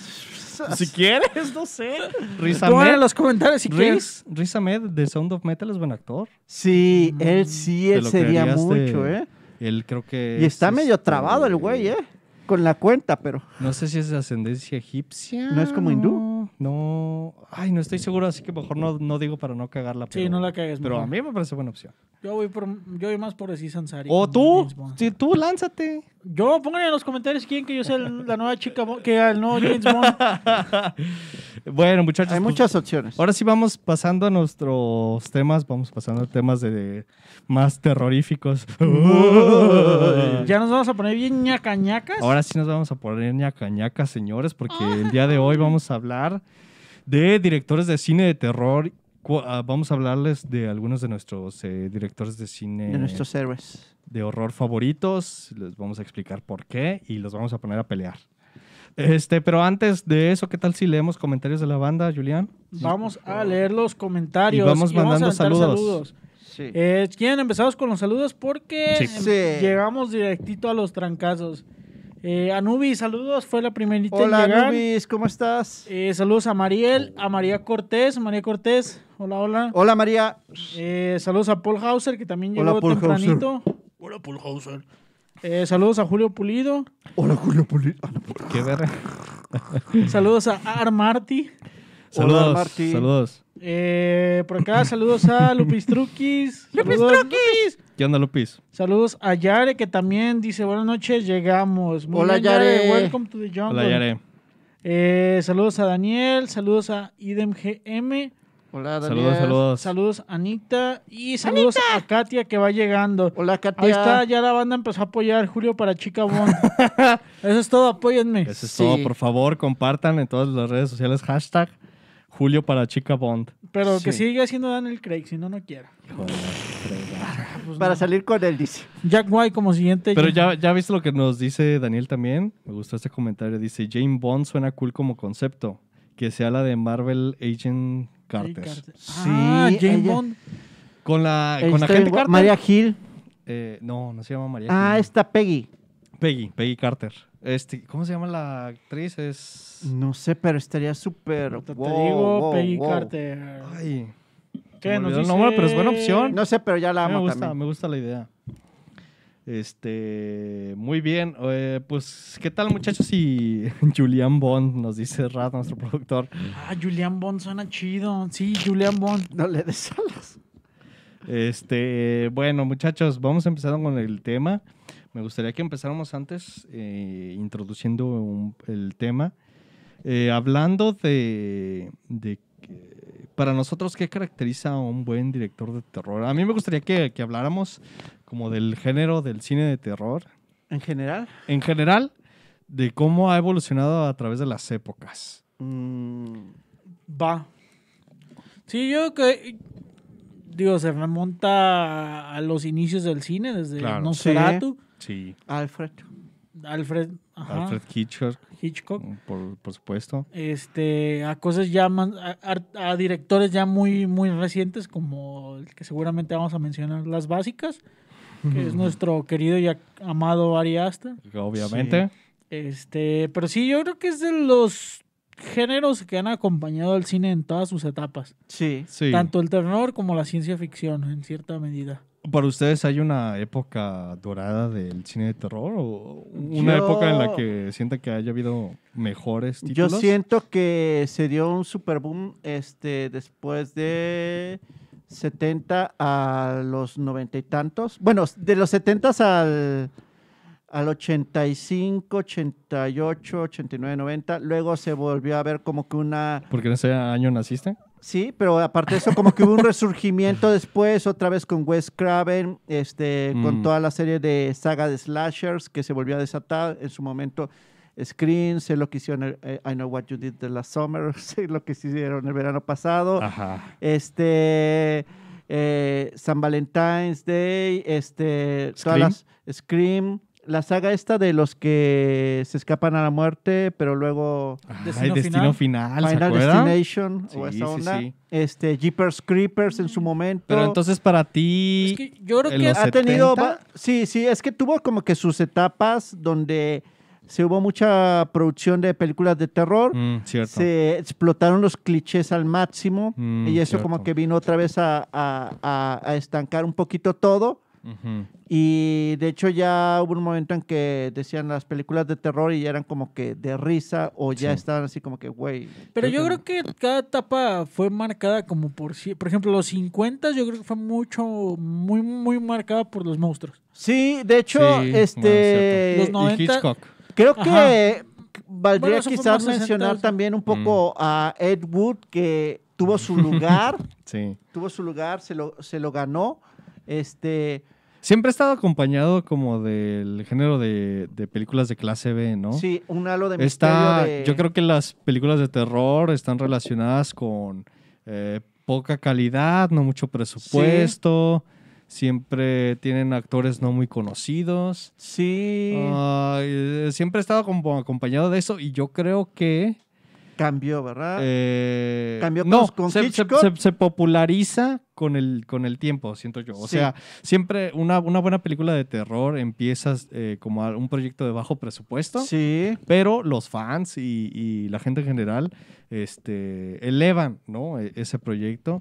S1: Si quieres, no sé. Riz
S2: Pónganlo en
S1: Ahmed.
S2: los comentarios si quieres.
S1: Riz, Riz Ahmed de Sound of Metal es buen actor.
S3: Sí, él sí,
S1: Te
S3: él
S1: lo
S3: sería
S1: creerías de-
S3: mucho, ¿eh?
S1: Él creo que.
S3: Y
S1: es,
S3: está medio
S1: este, Pues,
S3: trabado el güey, ¿eh? Con la cuenta, pero.
S1: No sé si es de ascendencia egipcia.
S3: ¿No es como hindú?
S1: No. Ay, no estoy seguro, así que mejor no, no digo para no cagarla.
S2: Sí,
S1: pero-
S2: no la cagues,
S1: Pero
S2: mejor.
S1: a mí me parece buena opción.
S2: Yo voy, por, yo voy más por así Sansari.
S1: O
S2: con
S1: tú,
S2: James Bond.
S1: sí, tú lánzate.
S2: Yo, pónganlo en los comentarios si quieren que yo sea el- la nueva chica, Bond- que el nuevo James
S1: [laughs]
S2: Bond.
S1: Bueno, muchachos.
S3: Hay
S1: pues,
S3: muchas opciones.
S1: Ahora sí vamos pasando a nuestros temas, vamos pasando a temas de más
S3: [laughs]
S1: terroríficos.
S2: ya nos vamos a poner bien ñaca ñacas.
S1: Ahora sí nos vamos a poner ñaca ñaca, señores, porque el día de hoy vamos a hablar de directores de cine de terror. Cu- ah, Vamos a hablarles de algunos de nuestros eh, directores de cine
S3: De nuestros héroes.
S1: de horror favoritos. Les vamos a explicar por qué y los vamos a poner a pelear. Este, pero antes de eso, ¿qué tal si leemos comentarios de la banda, Julián?
S2: Vamos a leer los comentarios.
S1: Y vamos mandando
S2: aventar
S1: saludos.
S3: Sí.
S2: Eh, ¿Quieren empezamos con los saludos? Porque
S1: Sí.
S2: em,
S3: Sí.
S2: llegamos directito a los trancazos. Eh, Anubi, saludos. Fue la primerita
S3: Hola,
S2: en llegar.
S3: Nubis, ¿cómo estás?
S2: Eh, saludos a Mariel, a María Cortés. María Cortés, hola, hola.
S3: Hola, María.
S2: Eh, saludos a Paul Hauser, que también llegó
S3: Oh. Hola, Paul
S2: tempranito. Hola, Pulhauser. Eh, saludos a Julio Pulido.
S3: Hola, Julio Pulido. Ah, no.
S1: Qué verga.
S2: Saludos a Ar Marty.
S1: Saludos,
S3: Martín.
S1: saludos.
S2: Eh, por acá, saludos a Lupis Truquis. Saludos-
S1: ¿Qué onda, Lupis?
S2: Saludos a Yare, que también dice buenas noches, llegamos. Muy
S3: Hola,
S2: bien,
S3: Yare.
S2: Welcome to the jungle.
S1: Hola, Yare.
S2: Eh, saludos a Daniel, saludos a Idem GM,
S3: Hola, Daniel.
S1: Saludos, saludos.
S2: saludos a Anita y saludos a Katia que va llegando.
S3: Hola, Katia.
S2: Ahí está, ya la banda empezó a apoyar Julio para
S1: [laughs]
S2: Chica Bond. Eso es todo, apóyenme.
S1: Eso es
S3: Sí.
S1: todo. Por favor, compartan en todas las redes sociales hashtag Julio para Chica Bond.
S2: Pero que
S3: Sí.
S2: siga siendo Daniel Craig, si no, no quiera.
S1: Joder, frega.
S2: Pues
S3: Para
S2: no.
S3: salir con él, dice.
S2: Jack White como siguiente.
S1: Pero ya, ya viste lo que nos dice Daniel también. Me gustó este comentario. Dice, Jane Bond suena cool como concepto. Que sea la de Marvel Agent
S2: Jane
S1: Carter.
S2: Carter.
S3: Sí,
S2: Ah, Jane
S3: ella-
S2: Bond.
S1: Con la,
S3: Ahí
S1: Ah, con la
S3: Eh, está
S1: gente
S3: bien,
S1: Carter.
S3: Este, María Gil.
S1: Eh, no, no se llama María.
S3: Ah,
S1: Gil.
S3: está Peggy.
S1: Peggy, Peggy Carter. Este, ¿Cómo se llama la actriz? Es...
S3: No sé, pero estaría súper.
S2: Te
S3: wow,
S2: digo,
S3: wow,
S2: Peggy
S3: wow.
S2: Carter.
S1: Ay,
S2: ¿Qué
S1: se me
S2: nos
S1: olvidó el
S2: dice?
S1: nombre, pero es buena opción.
S3: No sé, pero ya la
S1: me
S3: amo
S1: gusta,
S3: también.
S1: me gusta la idea. Este, muy bien. eh, pues, ¿qué tal, muchachos? Y [laughs] Julian Bond nos dice Rad, nuestro productor.
S2: Ah, Julian Bond suena chido. Sí, Julian Bond.
S3: No le des alas.
S1: Este, bueno, muchachos, vamos empezando con el tema. Me gustaría que empezáramos antes eh, introduciendo un- el tema. Eh, hablando de, de que- para nosotros, ¿qué caracteriza a un buen director de terror? A mí me gustaría que, que habláramos como del género del cine de terror.
S3: En general.
S1: En general, de cómo ha evolucionado a través de las épocas.
S3: mm,
S2: Va. Sí, yo que. Digo, se remonta a los inicios del cine, desde
S1: Claro.
S2: Nosferatu,
S1: Sí.
S3: Alfred.
S2: Alfred, ajá,
S1: Alfred Hitchcock, Oh. mm,
S2: Hitchcock.
S1: por, por supuesto.
S2: Este, a cosas ya más. A, a- a directores ya muy, muy recientes, como el que seguramente vamos a mencionar, las básicas, que es nuestro querido y ac- amado Ari Aster.
S1: Obviamente.
S2: Este, pero sí, yo creo que es de los géneros que han acompañado al cine en todas sus etapas.
S3: Sí.
S1: Sí.
S2: Tanto el terror como la ciencia ficción, en cierta medida.
S1: ¿Para ustedes hay una época dorada del cine de terror o una
S3: Yo-
S1: época en la que sienta que haya habido mejores
S3: Yo
S1: títulos?
S3: siento que se dio un super boom este, después de 70 a los 90 y tantos. Bueno, de los 70 al, al 85, 88, 89, 90. Luego se volvió a ver como que una...
S1: Porque en ese año naciste.
S3: Sí, pero aparte de eso, como que hubo un resurgimiento después, otra vez con Wes Craven, este,
S1: Mm.
S3: con toda la serie de saga de slashers que se volvió a desatar en su momento. Scream, sé lo que hicieron, eh, I Know What You Did the Last Summer, [laughs] sé lo que hicieron el verano pasado.
S1: Ajá.
S3: Este, eh, San Valentine's Day, este,
S1: Scream.
S3: todas las, Scream, la saga esta de los que se escapan a la muerte, pero luego...
S1: Ay,
S2: Destino
S1: Destino
S2: Final.
S1: Final, ¿se
S3: Final
S1: acuerdan?
S3: Destination o
S1: Sí,
S3: esa
S1: sí,
S3: onda.
S1: sí.
S3: Este, Jeepers Creepers en
S2: Mm.
S3: su momento.
S1: Pero entonces para ti...
S2: Es que yo creo
S1: en
S2: que
S1: los
S3: ha tenido.
S1: 70?
S3: va- Sí, sí, es que tuvo como que sus etapas donde se hubo mucha producción de películas de terror.
S1: Mm, cierto.
S3: Se explotaron los clichés al máximo
S1: Mm,
S3: y eso
S1: cierto.
S3: como que vino otra vez a, a- a- a estancar un poquito todo.
S1: Ujú.
S3: Y de hecho ya hubo un momento en que decían las películas de terror y ya eran como que de risa o ya
S1: Sí.
S3: estaban así como que, güey.
S2: Pero yo creo que cada etapa fue marcada como por sí. Por ejemplo, los 50 yo creo que fue mucho, muy, muy marcada por los monstruos.
S3: Sí, de hecho,
S1: Sí,
S3: este,
S2: bueno, es cierto. Los no-
S1: Y
S2: 90.
S1: Hitchcock.
S3: creo
S2: Ajá.
S3: que valdría
S2: Bueno, eso fue
S3: quizás
S2: más 60,
S3: mencionar
S2: eso.
S3: también un poco
S1: Mm.
S3: a Ed Wood, que tuvo
S1: [laughs]
S3: su lugar,
S1: Sí.
S3: tuvo su lugar, se lo, se lo ganó. Este,
S1: Siempre ha estado acompañado como del género de, de películas de clase B, ¿no?
S3: sí, un halo de
S1: Está,
S3: misterio de-
S1: Yo creo que las películas de terror están relacionadas con eh, poca calidad, no mucho presupuesto, siempre tienen actores no muy conocidos.
S3: sí
S1: Ah, eh, siempre he estado como acompañado de eso y yo creo que...
S3: cambió, ¿verdad?
S1: eh,
S3: Cambió con-
S1: no,
S3: con
S1: se, se-
S3: Hitchcock.
S1: se- se populariza con el, con el tiempo, siento yo. O
S3: Sí.
S1: sea, siempre una, una buena película de terror empiezas eh, como a- un proyecto de bajo presupuesto
S3: sí,
S1: pero los fans y, y la gente en general este, elevan ¿no? E- ese proyecto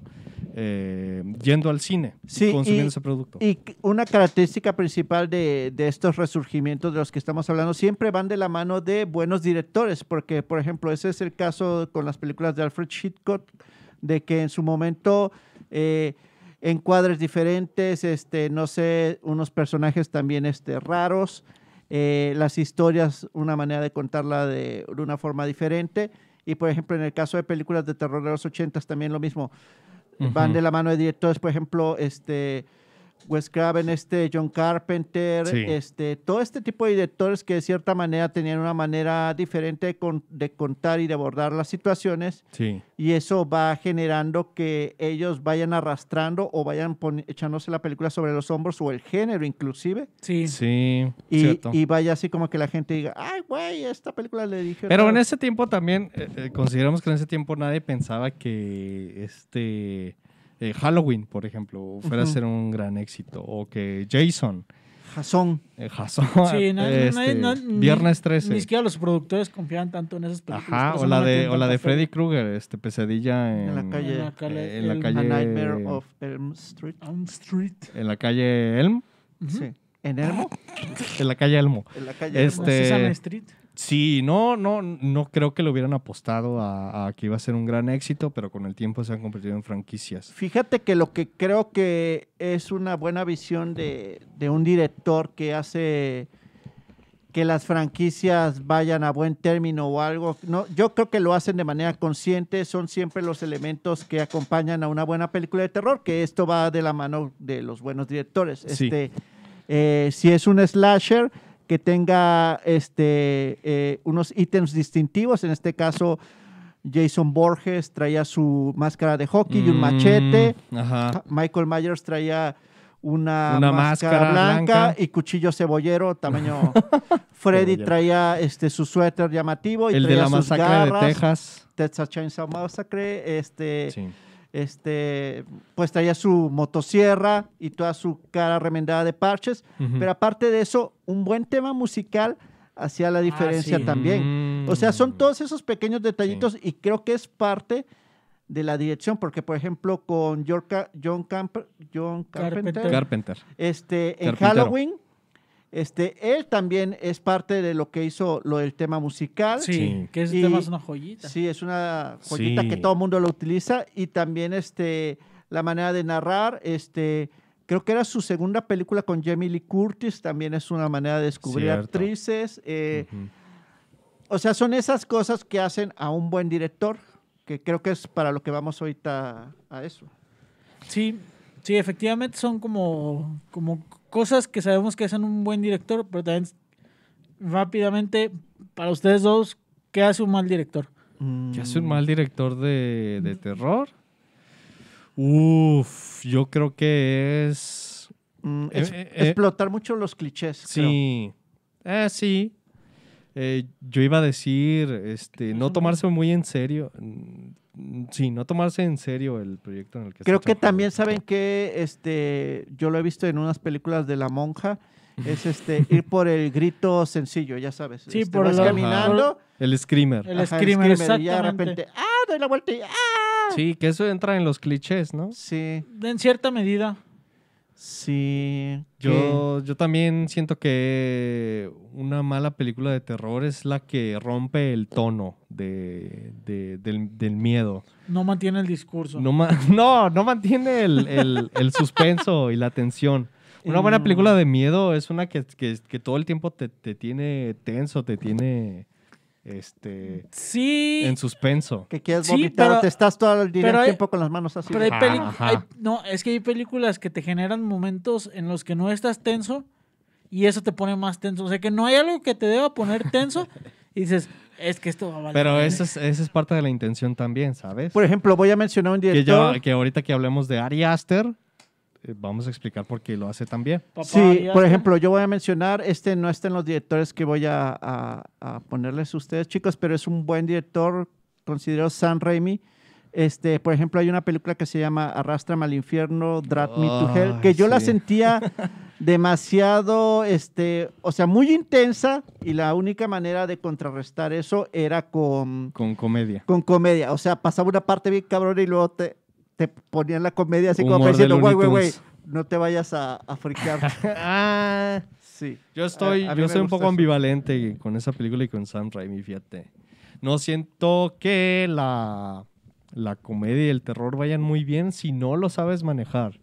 S1: eh, yendo al cine
S3: Sí,
S1: y consumiendo
S3: y-
S1: ese producto.
S3: Y c- una característica principal de, de estos resurgimientos de los que estamos hablando siempre van de la mano de buenos directores, porque, por ejemplo, ese es el caso con las películas de Alfred Hitchcock, de que en su momento eh, encuadres diferentes, este, no sé, unos personajes también este, raros, eh, las historias, una manera de contarla de, de una forma diferente. Y, por ejemplo, en el caso de películas de terror de los 80 también lo mismo van
S1: Ujú.
S3: de la mano de directores, por ejemplo, este Wes Craven, este John Carpenter,
S1: Sí.
S3: este todo este tipo de directores que de cierta manera tenían una manera diferente de, con- de contar y de abordar las situaciones
S1: Sí.
S3: y eso va generando que ellos vayan arrastrando o vayan pon- echándose la película sobre los hombros o el género inclusive
S2: Sí.
S1: Sí,
S3: y,
S1: cierto.
S3: y vaya así como que la gente diga, ay güey, esta película le dije.
S1: Pero en ese tiempo también, eh, eh, consideramos que en ese tiempo nadie pensaba que este eh, Halloween, por ejemplo, fuera a
S3: Ujú.
S1: ser un gran éxito. O que Jason,
S3: Jason.
S1: eh, Jason,
S2: [laughs] Sí, no, no,
S1: este,
S2: no, no, ni-
S1: Viernes 13.
S2: Ni siquiera los productores confiaban tanto en esas películas.
S1: Ajá,
S2: por eso
S1: o
S2: no
S1: la, de,
S2: metían
S1: o la
S2: tanta
S1: de
S2: fe.
S1: Freddy Krueger, este, pesadilla en,
S3: En la calle.
S2: En la calle.
S1: eh, en la
S2: el-
S1: calle.
S3: A Nightmare of Elm Street.
S2: Elm Street.
S1: en la calle Elm,
S3: Sí. En Elmo.
S1: en la calle Elmo.
S3: En la calle
S1: Es-
S3: Elmo.
S1: Este-
S2: La Sesame Street.
S1: Sí, no, no, no creo que lo hubieran apostado a, a que iba a ser un gran éxito, pero con el tiempo se han convertido en franquicias.
S3: Fíjate que lo que creo que es una buena visión de, de un director que hace que las franquicias vayan a buen término o algo. No, yo creo que lo hacen de manera consciente, son siempre los elementos que acompañan a una buena película de terror, que esto va de la mano de los buenos directores.
S1: Sí.
S3: Este, eh, si es un slasher, que tenga este, eh, unos ítems distintivos, en este caso Jason Borges traía su máscara de hockey y un
S1: Mm,
S3: machete.
S2: Ah,
S1: Ajá.
S3: Michael Myers traía una,
S1: Una
S3: máscara,
S1: máscara
S3: blanca,
S1: blanca.
S3: y cuchillo cebollero
S1: [laughs]
S3: tamaño Freddy
S1: Cebollero.
S3: traía este su suéter llamativo y
S1: El de
S3: traía
S1: la
S3: sus
S1: masacre
S3: garras,
S1: de Texas.
S3: Texas Chainsaw Massacre, este
S1: Sí.
S3: este pues traía su motosierra y toda su cara remendada de parches,
S1: Ujú.
S3: pero aparte de eso, un buen tema musical hacía la diferencia
S2: sí.
S3: también. O sea, son todos esos pequeños detallitos y creo que es parte de la dirección, porque por ejemplo con York- John, Camp- John Carpenter,
S2: Carpenter.
S1: Carpenter.
S3: Este, en
S1: Carpintero.
S3: Halloween, este, él también es parte de lo que hizo lo del tema musical.
S2: Sí,
S1: Sí.
S2: que ese
S3: Y-
S2: tema es una joyita.
S3: Sí, es una joyita
S1: Sí.
S3: que todo el mundo lo utiliza y también este, la manera de narrar, este, creo que era su segunda película con Jamie Lee Curtis, también es una manera de descubrir
S1: Cierto. Mm.
S3: actrices. eh,
S1: Ujú.
S3: o sea, son esas cosas que hacen a un buen director, que creo que es para lo que vamos ahorita a eso.
S2: Sí, sí, efectivamente son como, como cosas que sabemos que hacen un buen director, pero también rápidamente, para ustedes dos, ¿qué hace un mal director?
S1: ¿Qué hace un mal director de, de terror? Uf, yo creo que es.
S3: Mm,
S1: Eh,
S3: es-
S1: eh, eh.
S3: explotar mucho los clichés. creo.
S1: Sí. Eh, sí. Eh, yo iba a decir, este, no tomarse muy en serio. Mm, Sí, no tomarse en serio el proyecto en el que está
S3: Creo que
S1: trabajando.
S3: también saben que este, yo lo he visto en unas películas de la monja, es este ir por el grito sencillo, ya sabes.
S2: Sí,
S3: este,
S2: por
S3: vas
S1: la-
S3: caminando,
S1: El screamer.
S2: El
S3: ajá,
S2: screamer,
S3: y ya de
S2: exactamente.
S3: repente, ah, doy la vuelta y ah.
S1: Sí, que eso entra en los clichés, ¿no?
S3: Sí,
S2: En cierta medida,
S3: sí. que-
S1: Yo, yo también siento que una mala película de terror es la que rompe el tono de, de- del, del miedo.
S2: no mantiene el discurso.
S1: No, ma- [laughs] no, no mantiene el, el- el suspenso y la tensión. Una buena
S3: Mm.
S1: película de miedo es una que, que- que todo el tiempo te, te tiene tenso, te tiene este,
S2: Sí,
S1: en suspenso.
S3: Que quieres
S2: Sí,
S3: vomitar
S2: pero-
S3: o te estás todo el día
S2: pero
S3: el
S2: hay-
S3: tiempo con las manos así.
S2: pero hay
S1: Ajá,
S2: peli-
S1: ajá.
S2: hay- no, es que hay películas que te generan momentos en los que no estás tenso y eso te pone más tenso. O sea, que no hay algo que te deba poner tenso y dices, es que esto va a valer.
S1: Pero
S2: madre".
S1: esa es, esa es parte de la intención también, ¿sabes?
S3: Por ejemplo, voy a mencionar un
S1: que,
S3: director.
S1: ya- que ahorita que hablemos de Ari Aster, eh, vamos a explicar por qué lo hace también.
S2: Papá,
S3: Sí,
S2: ya
S3: por
S2: está.
S3: ejemplo, yo voy a mencionar, este no está en los directores que voy a, a- a ponerles a ustedes, chicos, pero es un buen director, considero Sam Raimi. Este, por ejemplo, hay una película que se llama Arrástrame al infierno, Drag Me to Hell, que
S1: Ay,
S3: yo la
S1: sí. [laughs]
S3: sentía demasiado, este, o sea, muy intensa y la única manera de contrarrestar eso era con,
S1: Con comedia.
S3: [laughs] con comedia. O sea, pasaba una parte bien cabrón y luego te, te ponían la comedia así como
S1: Humor
S3: para
S1: de
S3: diciendo,
S1: Looney
S3: güey, güey, güey,
S1: Tunes".
S3: no te vayas a,
S1: [laughs]
S3: a friquear.
S4: Ah,
S3: Sí.
S1: Yo estoy,
S3: A- a mí
S1: yo
S3: me
S1: soy un
S3: gusta
S1: poco
S3: eso.
S1: ambivalente con esa película y con Sam Raimi, fíjate. No siento que la, la comedia y el terror vayan muy bien si no lo sabes manejar.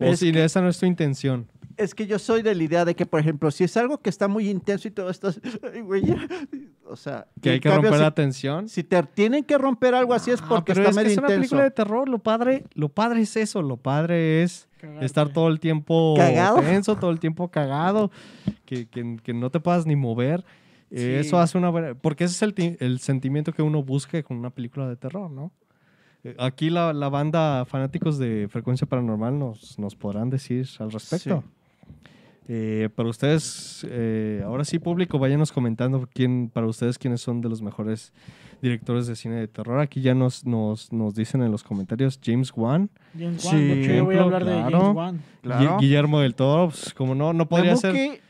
S1: O
S3: Es
S1: si esa no es tu intención.
S3: Es que yo soy de la idea de que, por ejemplo, si es algo que está muy intenso y todo esto, [laughs] ay, güey, ya. o sea,
S1: Que
S3: en
S1: hay que
S3: cambio,
S1: romper
S3: si-
S1: la tensión.
S3: Si te tienen que romper algo así es
S1: Ah,
S3: porque
S1: pero
S3: está
S1: es que
S3: medio
S1: es una
S3: intenso.
S1: película de terror. Lo padre, lo padre es eso. Lo padre es estar todo el tiempo
S3: Cagado.
S1: tenso, todo el tiempo cagado, que, que- que no te puedas ni mover. Eh,
S2: Sí.
S1: Eso hace una buena... Porque ese es el, ti- el sentimiento que uno busca con una película de terror, ¿no? Eh, Aquí la, la banda fanáticos de Frecuencia Paranormal nos, nos podrán decir al respecto. Eh, pero ustedes, eh, ahora sí público, váyanos comentando quién, para ustedes quiénes son de los mejores directores de cine de terror. Aquí ya nos, nos, nos dicen en los comentarios James Wan,
S2: James
S3: Sí,
S2: Wan. de hecho, yo voy a
S1: ejemplo,
S2: hablar de
S1: claro.
S2: James Wan.
S3: Claro.
S1: Gui- Guillermo del Toro, pues, como no, no podría ser,
S3: Kabuki,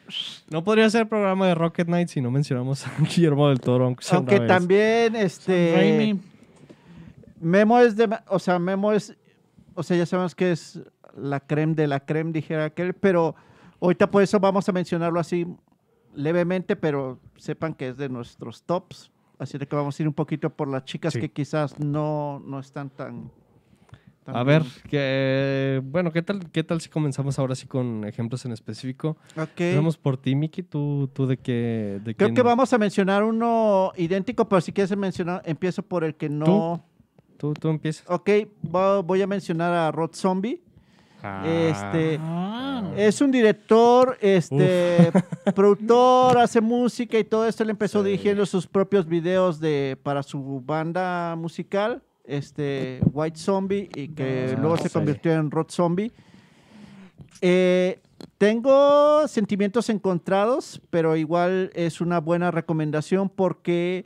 S1: no podría ser programa de Rocket Knight si no mencionamos a [laughs] Guillermo del Toro, aunque sea una
S3: aunque
S1: vez.
S3: también este
S2: Raimi.
S3: Memo es de, o sea, Memo es, o sea, ya sabemos que es la creme de la creme, dijera aquel, pero ahorita por eso vamos a mencionarlo así levemente, pero sepan que es de nuestros tops. Así de que vamos a ir un poquito por las chicas
S1: Sí.
S3: que quizás no, no están tan, tan
S1: A ver, que, bueno, ¿qué tal, ¿qué tal si comenzamos ahora sí con ejemplos en específico?
S3: Ok.
S1: Empezamos por ti, Miki, tú, tú de qué... de
S3: Creo
S1: pues quién-
S3: que vamos a mencionar uno idéntico, pero si quieres mencionar, empiezo por el que no.
S1: Tú, tú empiezas.
S3: Ok, va- voy a mencionar a Rod Zombie.
S1: Ah. eh,
S3: Este
S2: Ah,
S3: es un director, este [laughs] productor, hace música y todo esto. Él empezó
S1: Sí.
S3: dirigiendo sus propios videos de para su banda musical, este White Zombie, y que
S1: Ah,
S3: luego se
S1: sí.
S3: convirtió en Rod Zombie. Eh, tengo sentimientos encontrados, pero igual es una buena recomendación porque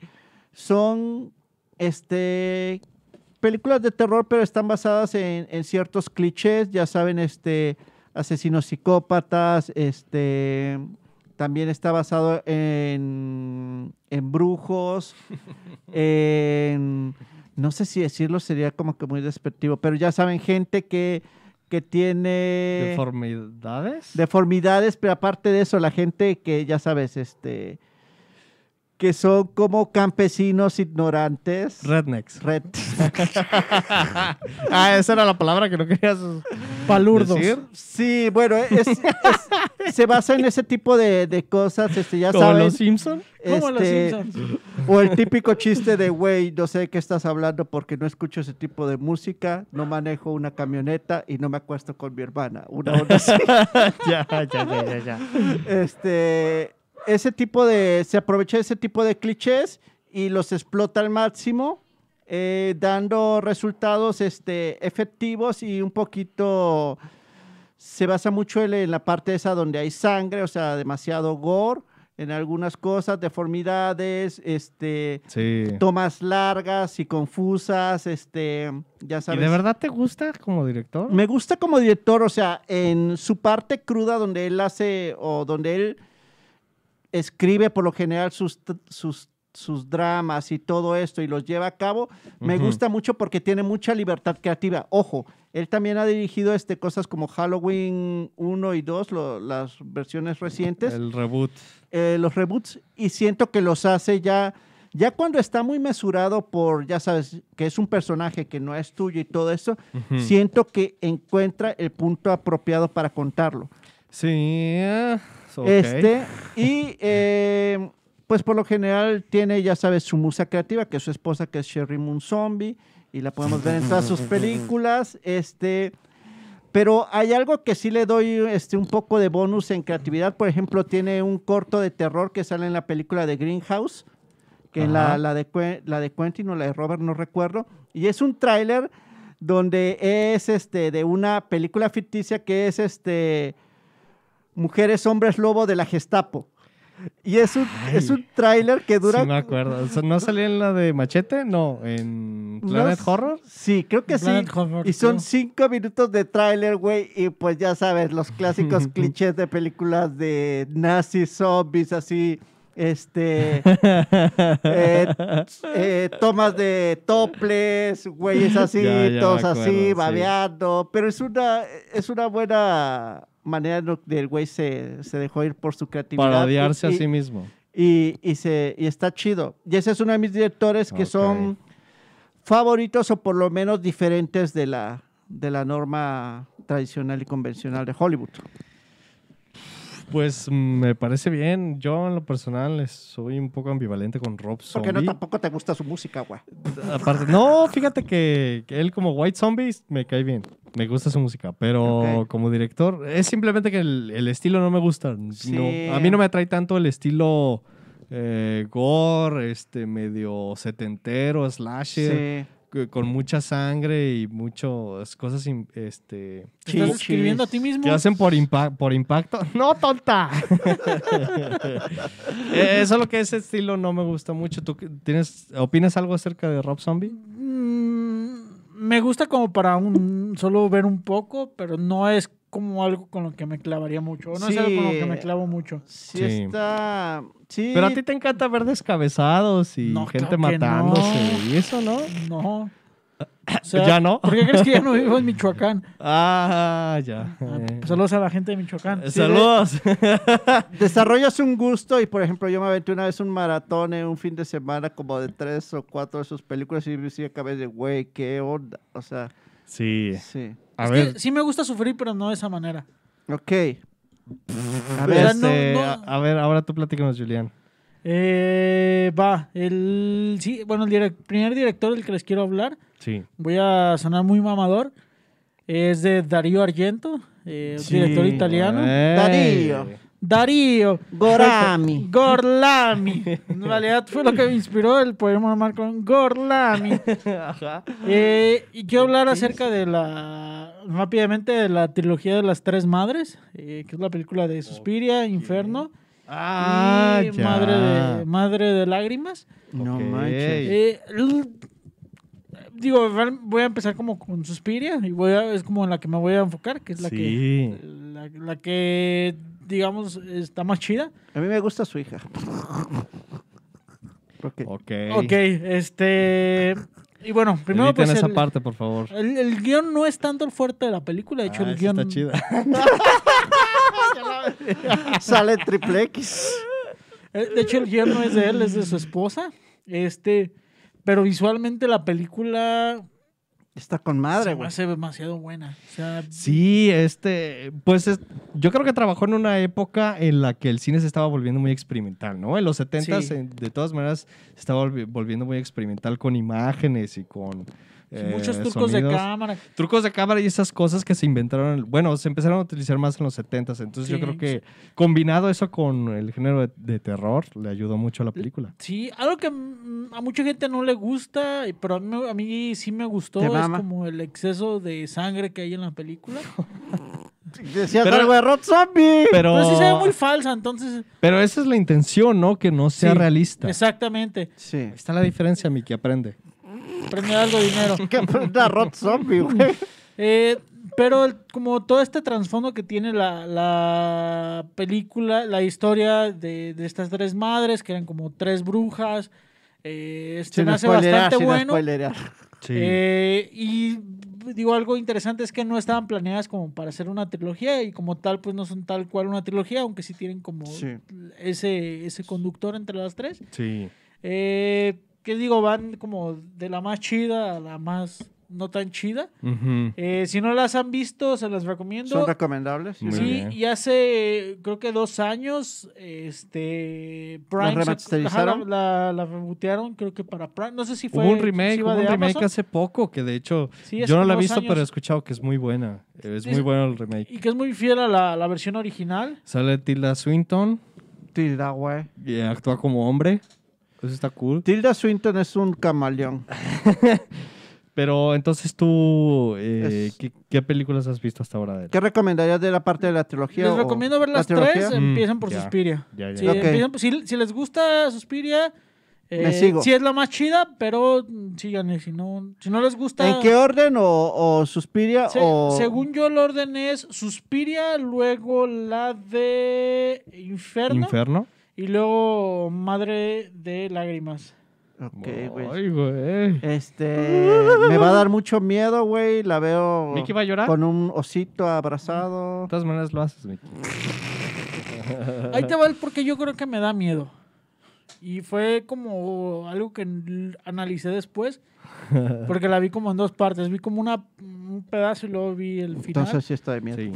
S3: son este películas de terror, pero están basadas en, en ciertos clichés, ya saben, este asesinos psicópatas, este también está basado en,
S1: [laughs]
S3: en brujos, en- no sé si decirlo sería como que muy despectivo, pero ya saben, gente que, que tiene
S1: ¿Deformidades?
S3: deformidades, pero aparte de eso, la gente que ya sabes, este, que son como campesinos ignorantes. [laughs]
S1: Rednecks.
S3: Red.
S1: Ah, esa era la palabra que no querías [laughs]
S2: palurdos.
S1: decir.
S3: Sí, bueno, es- es- se basa en ese tipo de, de cosas, este, ya
S1: Como
S3: saben.
S1: los Simpson.
S2: Como los
S3: este,
S2: Simpsons.
S3: O el típico chiste de, güey, no sé de qué estás hablando porque no escucho ese tipo de música, no manejo una camioneta y no me acuesto con mi hermana. Una
S1: [laughs]
S3: onda así.
S1: ya, ya, ya, ya, ya.
S3: este, ese tipo de, se aprovecha de ese tipo de clichés y los explota al máximo, eh, dando resultados este, efectivos y un poquito, se basa mucho en, en la parte esa donde hay sangre, o sea, demasiado gore en algunas cosas, deformidades, este,
S1: Sí.
S3: tomas largas y confusas, este, ya
S1: ¿Y
S3: sabes.
S1: de verdad te gusta como director?
S3: Me gusta como director, o sea, en su parte cruda donde él hace o donde él escribe por lo general sus, t- sus, sus dramas y todo esto y los lleva a cabo, me
S1: Ujú.
S3: gusta mucho porque tiene mucha libertad creativa. Ojo, él también ha dirigido este, cosas como Halloween 1 y 2, lo- las versiones recientes
S1: El reboot.
S3: eh, los reboots y siento que los hace ya, ya cuando está muy mesurado por, ya sabes, que es un personaje que no es tuyo y todo eso,
S1: Ujú.
S3: siento que encuentra el punto apropiado para contarlo.
S1: Sí. eh, ok.
S3: Este,
S1: [laughs]
S3: y eh, pues por lo general tiene, ya sabes, su musa creativa, que es su esposa, que es Sherry Moon Zombie, y la podemos ver en
S1: [laughs]
S3: todas sus películas. Este, pero hay algo que sí le doy este, un poco de bonus en creatividad. Por ejemplo, tiene un corto de terror que sale en la película de Greenhouse, que es
S1: Ajá.
S3: la, la de, Cuen- la de Quentin o la de Robert, no recuerdo. Y es un tráiler donde es este de una película ficticia que es este Mujeres, Hombres, Lobo de la Gestapo. Y es un, es un tráiler que dura...
S1: Sí me acuerdo. O sea, ¿No salía en la de Machete? No, en
S3: unos-
S1: Planet Horror.
S3: Sí, creo que sí.
S2: Planet Horror,
S3: Y son
S2: creo.
S3: cinco minutos de tráiler, güey. Y pues
S1: [laughs]
S3: ya sabes, los clásicos clichés de películas de nazis, zombies, así,
S1: [laughs]
S3: este, eh, eh, tomas de toples, güeyes así,
S1: Ya, ya me
S3: todos
S1: acuerdo,
S3: así,
S1: sí.
S3: babeando. Pero es una, es una buena manera lo- del güey se, se dejó ir por su creatividad.
S1: Parodiarse a
S3: y-
S1: sí mismo.
S3: y, y se, y está chido. Y ese es uno de mis directores que
S1: Ok.
S3: son favoritos o por lo menos diferentes de la, de la norma tradicional y convencional de Hollywood.
S1: Pues mm, me parece bien. Yo en lo personal es- soy un poco ambivalente con Rob Zombie.
S3: Porque no tampoco te gusta su música, güey.
S1: Aparte, no, fíjate que, que él como White Zombies me cae bien. Me gusta su música, pero
S3: Ok.
S1: como director es simplemente que el, el estilo no me gusta.
S3: Sí.
S1: No, a mí no me atrae tanto el estilo eh, gore, este medio setentero, slasher,
S3: Sí.
S1: que- con mucha sangre y muchas cosas in- este,
S2: ¿Te estás
S3: Chichis.
S2: escribiendo a ti mismo?
S1: que hacen por, impa- por impacto. [laughs] ¡No,
S3: [laughs]
S1: tonta! Eh, Solo que ese estilo no me gusta mucho. ¿Tú qué- tienes, opinas algo acerca de Rob Zombie?
S2: Mm, me gusta como para un solo ver un poco, pero no es como algo con lo que me clavaría mucho. o No
S3: Sí.
S2: es algo con lo que me clavo mucho.
S3: Sí,
S1: Sí.
S3: está. Sí.
S1: Pero a ti te encanta ver descabezados y
S2: No,
S1: gente
S2: claro que
S1: matándose
S2: no.
S1: y eso, ¿no?
S2: No. O
S1: Ah, ¿Ya no? Eh.
S2: ¿Por qué crees que ya no vivo en
S1: [laughs]
S2: Michoacán?
S1: Ah, ya.
S2: Ah,
S1: Eh,
S2: Saludos a la gente de Michoacán.
S1: eh,
S2: [laughs]
S1: Saludos.
S3: Desarrollas un gusto y, por ejemplo, yo me aventé una vez un maratón en un fin de semana como de tres o cuatro de sus películas y sí acabé de, güey, qué onda. O sea,
S1: Sí.
S3: sí.
S1: A
S2: Es que
S1: ver.
S2: sí me gusta sufrir, pero no de esa manera.
S3: Ok.
S1: A
S2: ver,
S1: ver, este,
S2: no, no.
S1: a ver, ahora tú platícanos, Julián.
S2: Eh, va, el sí, bueno, el direc- primer director del que les quiero hablar,
S1: Sí.
S2: voy a sonar muy mamador, es de Darío Argento, eh, un
S3: Sí,
S2: director italiano.
S1: eh.
S3: Darío.
S2: Darío
S3: Gorami.
S2: [laughs] Gorlami. En realidad fue lo que me inspiró el poema de Marco Gorlami.
S1: [laughs] Ajá.
S2: Eh, y quiero hablar acerca de la. rápidamente de la trilogía de las tres madres, eh, que es la película de Suspiria, Inferno
S1: Ah,
S2: y
S1: ya.
S2: Madre de, Madre de Lágrimas.
S3: No
S1: Ok.
S3: manches.
S2: Eh, l- digo, real- voy a empezar como con Suspiria y voy a- es como en la que me voy a enfocar, que es la
S1: Sí.
S2: que la, la que digamos está más chida.
S3: A mí me gusta su hija. Ok.
S1: Ok.
S2: Ok, este y bueno, primero
S1: Editen
S2: pues
S1: esa
S2: el,
S1: parte, por favor.
S2: el- el guión no es tanto el fuerte de la película, de hecho
S1: Ah,
S2: el
S1: esa
S2: guión
S1: está chida.
S3: Sale triple X.
S2: Eh, De hecho, el guión no es de él, es de su esposa. Este, pero visualmente la película
S3: Está con
S2: se
S3: madre,
S2: me
S3: güey.
S2: hace demasiado buena. O sea,
S1: Sí, este, pues es- yo creo que trabajó en una época en la que el cine se estaba volviendo muy experimental, ¿no? En los 70s,
S2: Sí.
S1: en- de todas maneras, se estaba volvi- volviendo muy experimental con imágenes y con... eh,
S2: muchos trucos de
S1: sonidos.
S2: cámara.
S1: Trucos de cámara y esas cosas que se inventaron, bueno, se empezaron a utilizar más en los 70s, entonces yo
S2: Sí,
S1: creo que combinado eso con el género de, de terror le ayudó mucho a la película.
S2: Sí, algo que mm, a mucha gente no le gusta, y- pero a mí, a mí sí me gustó,
S3: Te
S2: es
S3: mama.
S2: como el exceso de sangre que hay en la
S3: [laughs]
S2: película.
S3: Decías
S1: Pero-
S3: algo de Rob Zombie.
S1: Pero,
S2: Pero sí se ve muy falsa, entonces...
S1: pero esa es la intención, ¿no? Que no sea
S2: sí,
S1: realista.
S2: Exactamente. [laughs]
S3: Sí.
S1: Ahí está la diferencia, mi que aprende.
S2: Prende algo de
S3: [laughs]
S2: dinero.
S3: Que aprenda Rob
S1: [laughs]
S3: Zombie, güey.
S2: Eh, pero el- como todo este trasfondo que tiene la, la película, la historia de, de estas tres madres, que eran como tres brujas, eh, este,
S3: Sin
S2: me hace
S3: spoilerear,
S2: bastante
S3: sin
S2: bueno.
S3: spoilerear.
S1: Sí.
S2: Eh, y digo, algo interesante es que no estaban planeadas como para hacer una trilogía y como tal, pues no son tal cual una trilogía, aunque sí tienen como
S3: Sí.
S2: ese, ese conductor entre las tres.
S1: sí.
S2: Eh, que digo, van como de la más chida a la más no tan chida.
S1: Ujú.
S2: Eh, si no las han visto, se las recomiendo.
S3: ¿Son recomendables?
S1: Muy
S2: sí,
S1: bien.
S2: y hace creo que dos años, este, Prime sacó-
S3: remasterizaron?
S2: ajá, la, la, la rebotearon, creo que para Prime, no sé si fue
S1: Hubo un remake,
S2: exclusiva
S1: hubo un
S2: de
S1: remake
S2: Amazon.
S1: hace poco que de hecho
S2: Sí, hace
S1: yo no la he
S2: como dos
S1: visto, pero he
S2: años.
S1: escuchado que es muy buena. Es
S2: Sí,
S1: muy
S2: sí.
S1: bueno el remake.
S2: y que es muy fiel a la, la versión original.
S1: Sale Tilda Swinton
S3: Tilda, güey.
S1: y actúa como hombre. Eso está cool.
S3: Tilda Swinton es un camaleón.
S1: Pero entonces tú, eh,
S3: Es-
S1: ¿qué, qué películas has visto hasta ahora de él?
S3: ¿Qué recomendarías de la parte de la trilogía?
S2: Les
S3: o-
S2: recomiendo ver
S3: la
S2: las
S3: trilogía?
S2: tres, empiezan por
S1: Mm, ya,
S2: Suspiria.
S1: ya, ya.
S2: Sí,
S3: Ok.
S2: empiezan- si, si les gusta Suspiria, eh,
S3: Me sigo.
S2: sí es la más chida, pero mm, síganle, si no, si no les gusta...
S3: ¿En qué orden? ¿O, o Suspiria?
S2: Se-
S3: o...
S2: Según yo, el orden es Suspiria, luego la de Inferno,
S1: Inferno.
S2: Y luego Madre de Lágrimas.
S3: Ok, güey.
S1: Ay, güey.
S3: Este, me va a dar mucho miedo, güey. La veo
S1: ¿Mickey va a llorar?
S3: con un osito abrazado.
S1: De todas maneras lo haces, Mickey.
S2: Ahí te va el porque yo creo que me da miedo. Y fue como algo que n- analicé después, porque la vi como en dos partes. Vi como una, un pedazo y luego vi el final.
S3: Entonces sí está de miedo.
S1: Sí.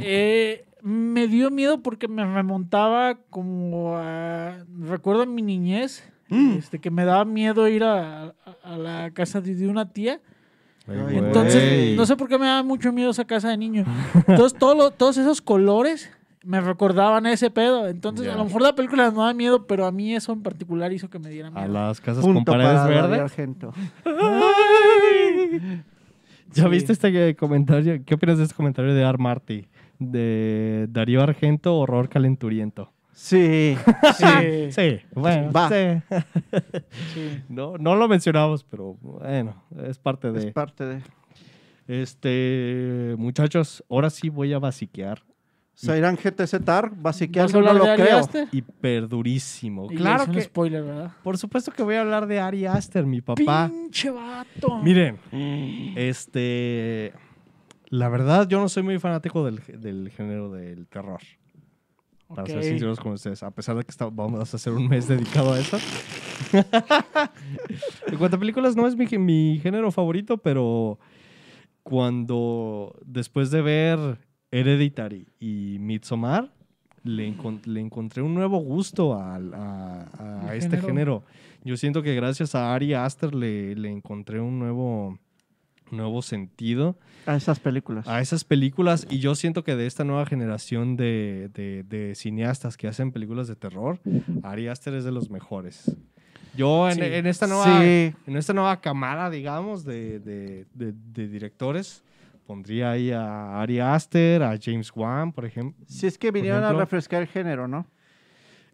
S2: Eh, me dio miedo porque me remontaba como a... Recuerdo mi niñez, este, que me daba miedo ir a, a- a la casa de, de una tía.
S3: Ay,
S2: Entonces,
S3: Güey.
S2: no sé por qué me daba mucho miedo esa casa de niño. Entonces, todo lo- todos esos colores me recordaban ese pedo. Entonces,
S1: Ya.
S2: a lo mejor la película no da miedo, pero a mí eso en particular hizo que me diera
S1: A
S2: miedo.
S1: las casas con
S3: Punto
S1: paredes
S3: para David
S1: verdes.
S3: Argento.
S1: ¿Ya
S2: Sí.
S1: viste este eh, comentario? ¿Qué opinas de este comentario de Ar Marty? De Darío Argento, horror calenturiento. [laughs]
S3: Sí.
S2: [laughs] Sí,
S1: Sí, bueno,
S3: Va.
S1: sí.
S2: sí.
S1: No, no lo mencionamos, pero bueno, es parte de.
S3: Es parte de.
S1: este, muchachos, ahora sí voy a basiquear
S3: Zairán GTZ TAR,
S2: ¿Vas a
S3: basiqueando no
S2: hablar
S3: lo
S2: de Ari
S3: creo.
S2: Aster?
S1: hiperdurísimo.
S2: Y es
S1: Claro
S2: un
S1: que.
S2: spoiler, ¿verdad?
S1: Por supuesto que voy a hablar de Ari Aster, mi papá.
S2: ¡Pinche vato!
S1: Miren, este. La verdad, yo no soy muy fanático del, del género del terror. Para
S2: Ok.
S1: ser sinceros con ustedes, a pesar de que está- vamos a hacer un mes dedicado a eso. [laughs] en cuanto a películas, no es mi, gé- mi género favorito, pero cuando después de ver Hereditary y Midsommar, le, encon- le encontré un nuevo gusto al- a, a
S2: Al
S1: este
S2: género.
S1: género. Yo siento que gracias a Ari Aster le, le encontré un nuevo, nuevo sentido
S3: A esas películas.
S1: a esas películas y yo siento que de esta nueva generación de, de- de cineastas que hacen películas de terror, Ari Aster es de los mejores. Yo en,
S2: Sí.
S1: en esta, nueva,
S3: Sí.
S1: en esta nueva camada, digamos, de, de- de- de directores, pondría ahí a Ari Aster, a James Wan, por ejemplo.
S3: Si es que vinieron a
S1: ejemplo.
S3: refrescar el género, ¿no?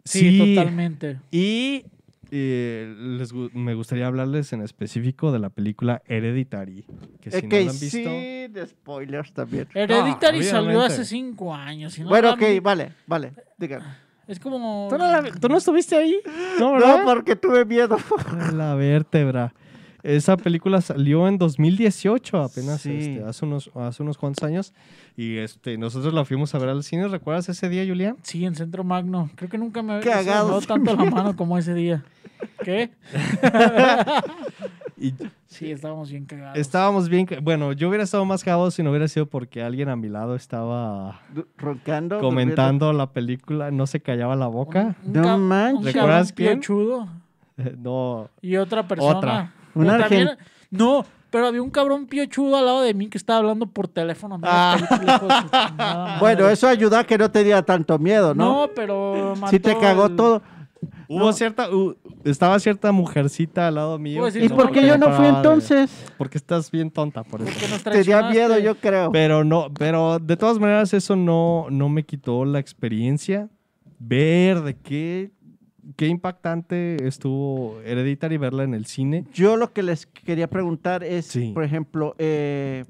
S2: Sí, totalmente.
S1: Y eh, les gu- me gustaría hablarles en específico de la película Hereditary, que si
S3: Es
S1: no
S3: que
S1: la han visto...
S3: sí, de spoilers también.
S2: Hereditary
S1: Ah,
S2: salió
S1: obviamente.
S2: hace cinco años. Eh, si no
S3: bueno,
S2: la
S3: ok,
S2: vi-
S3: vale, vale. Digan.
S2: [laughs] Es como...
S1: ¿Tú no, la- tú no estuviste ahí? No, ¿verdad?
S3: No, porque tuve miedo. [laughs]
S1: [laughs] La vértebra. Esa película salió en 2018, apenas
S3: Sí.
S1: este, hace, unos, hace unos cuantos años. Y este, nosotros la fuimos a ver al cine. ¿Recuerdas ese día, Julián?
S2: Sí, en Centro Magno. Creo que nunca me había
S3: Cagados
S2: dado
S3: de
S2: tanto
S1: [laughs]
S2: la mano como ese día. ¿Qué?
S1: Y
S2: Sí, estábamos bien cagados.
S1: estábamos bien. ca- Bueno, yo hubiera estado más cagado si no hubiera sido porque alguien a mi lado estaba
S3: Du- Roncando.
S1: comentando la película, no se callaba la boca.
S3: No
S2: ca- un cabrón
S3: manches.
S1: ¿Recuerdas quién?
S2: piochudo
S1: [laughs] No,
S2: y otra persona.
S1: Otra.
S3: Un
S2: Pero también-
S3: argen-
S2: No, pero había un cabrón piochudo al lado de mí que estaba hablando por teléfono. mira,
S3: Ah.
S2: película, hijo de su chingada
S3: durmiendo.
S2: madre.
S3: Bueno, eso ayuda a que no te diera tanto miedo, ¿no?
S2: No, pero mató
S3: si te cagó
S2: el-
S3: todo.
S1: hubo cierta. u- estaba cierta mujercita al lado mío.
S2: Pues,
S1: que
S2: ¿y
S3: ¿Y
S2: no,
S3: por
S2: porque
S3: qué yo no
S1: paraba
S3: fui
S1: de-
S3: entonces?
S1: Porque estás bien tonta por eso.
S2: Porque nos
S3: Tenía miedo,
S2: traicionaste.
S3: yo creo.
S1: Pero no, pero de todas maneras eso no, no me quitó la experiencia. Ver de qué, qué impactante estuvo Hereditary verla en el cine.
S3: Yo lo que les quería preguntar es,
S1: Sí.
S3: por ejemplo, eh,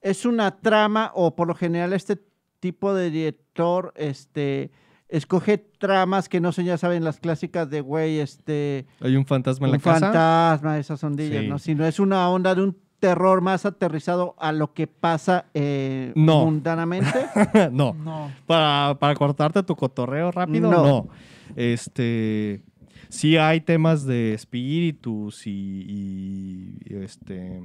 S3: es una trama o por lo general este tipo de director, este, escoge tramas que no son, ya saben, las clásicas de güey, este,
S1: Hay un fantasma en
S3: un
S1: la casa.
S3: fantasma, esas ondillas,
S1: Sí.
S3: ¿no? Sino es una onda de un terror más aterrizado a lo que pasa eh,
S1: No.
S3: mundanamente.
S1: [laughs] no,
S2: No.
S1: para, para cortarte tu cotorreo rápido,
S3: No.
S1: no. Este, sí hay temas de espíritus y, y, este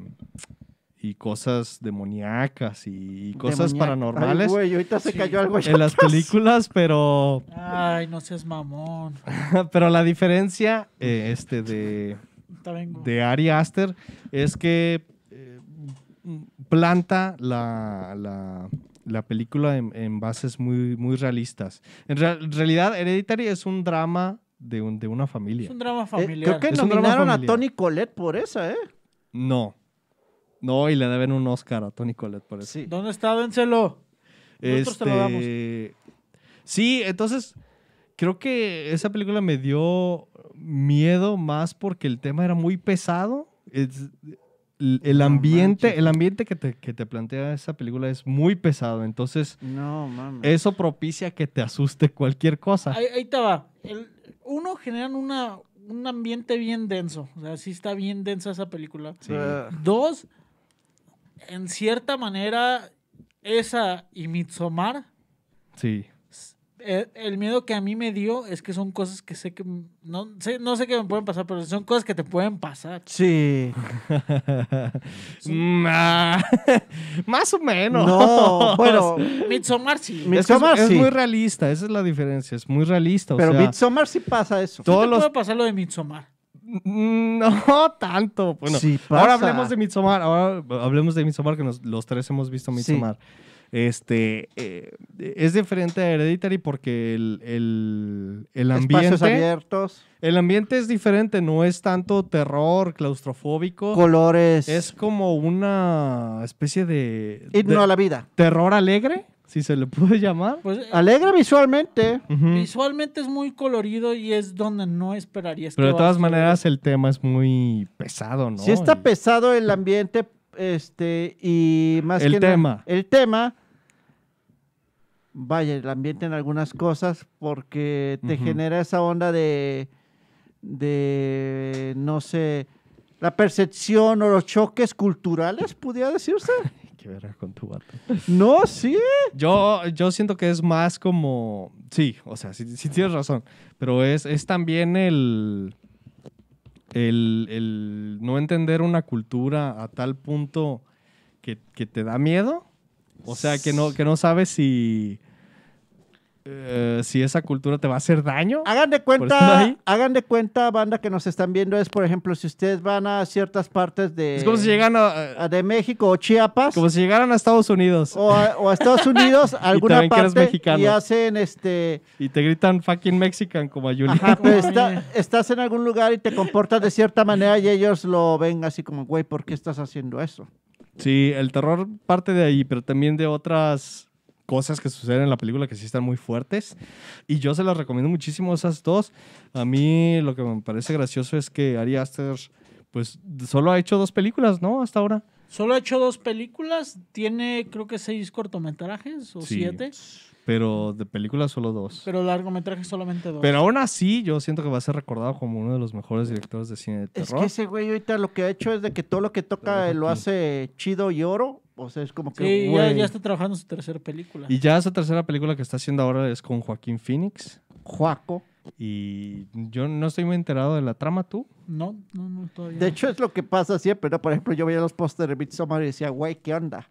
S1: y cosas demoníacas y, cosas
S3: Demoníaco. Ay,
S1: paranormales
S3: güey, ahorita se
S2: Sí.
S3: cayó algo.
S1: en las películas, pero
S2: Ay, no seas mamón.
S1: [laughs] Pero la diferencia eh, este, de,
S2: Te vengo.
S1: de Ari Aster es que eh, planta la, la- la película en, en bases muy, muy realistas. En rea- realidad, Hereditary es un drama de, un- de una
S2: Es
S1: familia.
S2: un drama
S3: Eh,
S2: familiar.
S3: creo que
S1: Es un drama
S3: nominaron a
S1: familiar.
S3: Tony Colette por esa, ¿eh?
S1: No. No, y le deben un Oscar a Tony Collette por eso.
S3: Pues Sí.
S2: ¿Dónde está? Dénselo. Nosotros te lo damos.
S1: Este, Sí, entonces creo que esa película me dio miedo más porque el tema era muy pesado. Es- l- el
S3: No
S1: ambiente,
S3: manches.
S1: el ambiente que te, que te plantea esa película es muy pesado. Entonces,
S3: No, mames.
S1: eso propicia que te asuste cualquier cosa.
S2: Ahí, ahí te va. El- uno generan una, un ambiente bien denso. O sea, sí está bien densa esa película.
S1: Sí.
S3: Ah,
S2: Dos, en cierta manera, esa y Midsommar,
S1: Sí.
S2: eh, el miedo que a mí me dio es que son cosas que sé que. m- No sé, no sé que me pueden pasar, pero son cosas que te pueden pasar.
S3: Sí. [laughs]
S1: Mm, ah, [laughs] Más o menos.
S3: No, [laughs] bueno,
S2: Midsommar sí.
S3: Mi-
S1: Es, que es-
S3: Midsommar
S1: es
S3: sí.
S1: muy realista, esa es la diferencia, es muy realista. o
S3: pero
S1: sea,
S3: Midsommar sí pasa eso.
S1: todos
S2: ¿Qué te
S1: los-
S2: puede pasar lo de Midsommar?
S1: Mm, [laughs] No tanto. Bueno,
S3: Sí
S1: ahora
S3: pasa.
S1: hablemos de Midsommar. Ahora hablemos de Midsommar, que nos- los tres hemos visto Midsommar. Este, eh, es diferente a Hereditary porque el, el- el
S3: Espacios
S1: ambiente,
S3: abiertos,
S1: el ambiente es diferente. No es tanto terror claustrofóbico.
S3: colores.
S1: es como una especie de, de
S3: Himno a la vida.
S1: terror alegre, si se le [laughs] puede llamar.
S2: Pues eh,
S3: Alegre visualmente.
S1: Ujú.
S2: visualmente es muy colorido y es donde no esperarías.
S1: Pero
S2: que
S1: de todas
S2: vaya a-
S1: maneras el tema es muy pesado, ¿no?
S3: Sí está
S1: Y-
S3: pesado el ambiente, este, y más
S1: El
S3: que nada-
S1: tema.
S3: el tema, vaya, el ambiente en algunas cosas porque te
S1: Ujú.
S3: genera esa onda de, de, no sé, la percepción o los choques culturales,
S1: [laughs]
S3: pudiera decirse.
S1: Qué verga con tu vato.
S3: no, sí.
S1: Yo, yo siento que es más como. Sí, o sea, sí, sí tienes razón. Pero es, es también el, el. el no entender una cultura a tal punto que, que te da miedo. O sea, que no, que no sabes si. eh, si esa cultura te va a hacer daño.
S3: Hagan de
S1: estar
S3: cuenta,
S1: ahí.
S3: hagan de cuenta, banda que nos están viendo, es por ejemplo, si ustedes van a ciertas partes de,
S1: es como si llegan a. eh,
S3: a- de México o Chiapas.
S1: como si llegaran a Estados Unidos
S3: o a, o a
S1: [laughs]
S3: Estados Unidos, a alguna
S1: también que eres
S3: parte,
S1: mexicano.
S3: y hacen este...
S1: y te gritan fucking Mexican como a Julián.
S3: Ajá, pero
S2: Como
S3: está-
S2: mía.
S3: estás en algún lugar y te comportas de cierta manera y ellos lo ven así como, güey, ¿por qué estás haciendo eso?
S1: Sí, el terror parte de ahí, pero también de otras cosas que suceden en la película que sí están muy fuertes. Y yo se las recomiendo muchísimo esas dos. A mí lo que me parece gracioso es que Ari Aster, pues solo ha hecho dos películas, ¿no? Hasta ahora.
S2: Solo ha hecho dos películas, tiene creo que seis cortometrajes o
S1: Sí.
S2: siete,
S1: Pero de películas solo dos. Pero,
S2: pero largometrajes solamente dos.
S1: aún así, yo siento que va a ser recordado como uno de los mejores directores de cine de
S3: Es
S1: terror.
S3: que ese güey ahorita lo que ha hecho es de que todo lo que toca
S1: dejo
S3: eh, lo
S1: aquí.
S3: hace chido y oro. O sea, es como
S2: sí,
S3: que,
S2: ya,
S3: güey,
S2: ya está trabajando en su tercera película.
S1: Y ya esa tercera película que está haciendo ahora es con Joaquín Phoenix.
S3: Juaco.
S1: Y yo no estoy muy enterado de la trama, ¿tú?
S2: No, no, no, todavía.
S3: De
S2: no.
S3: hecho, es lo que pasa siempre, ¿no? Por ejemplo, yo veía los pósteres de Midsommar y decía, güey,
S1: [laughs]
S3: ¿qué onda?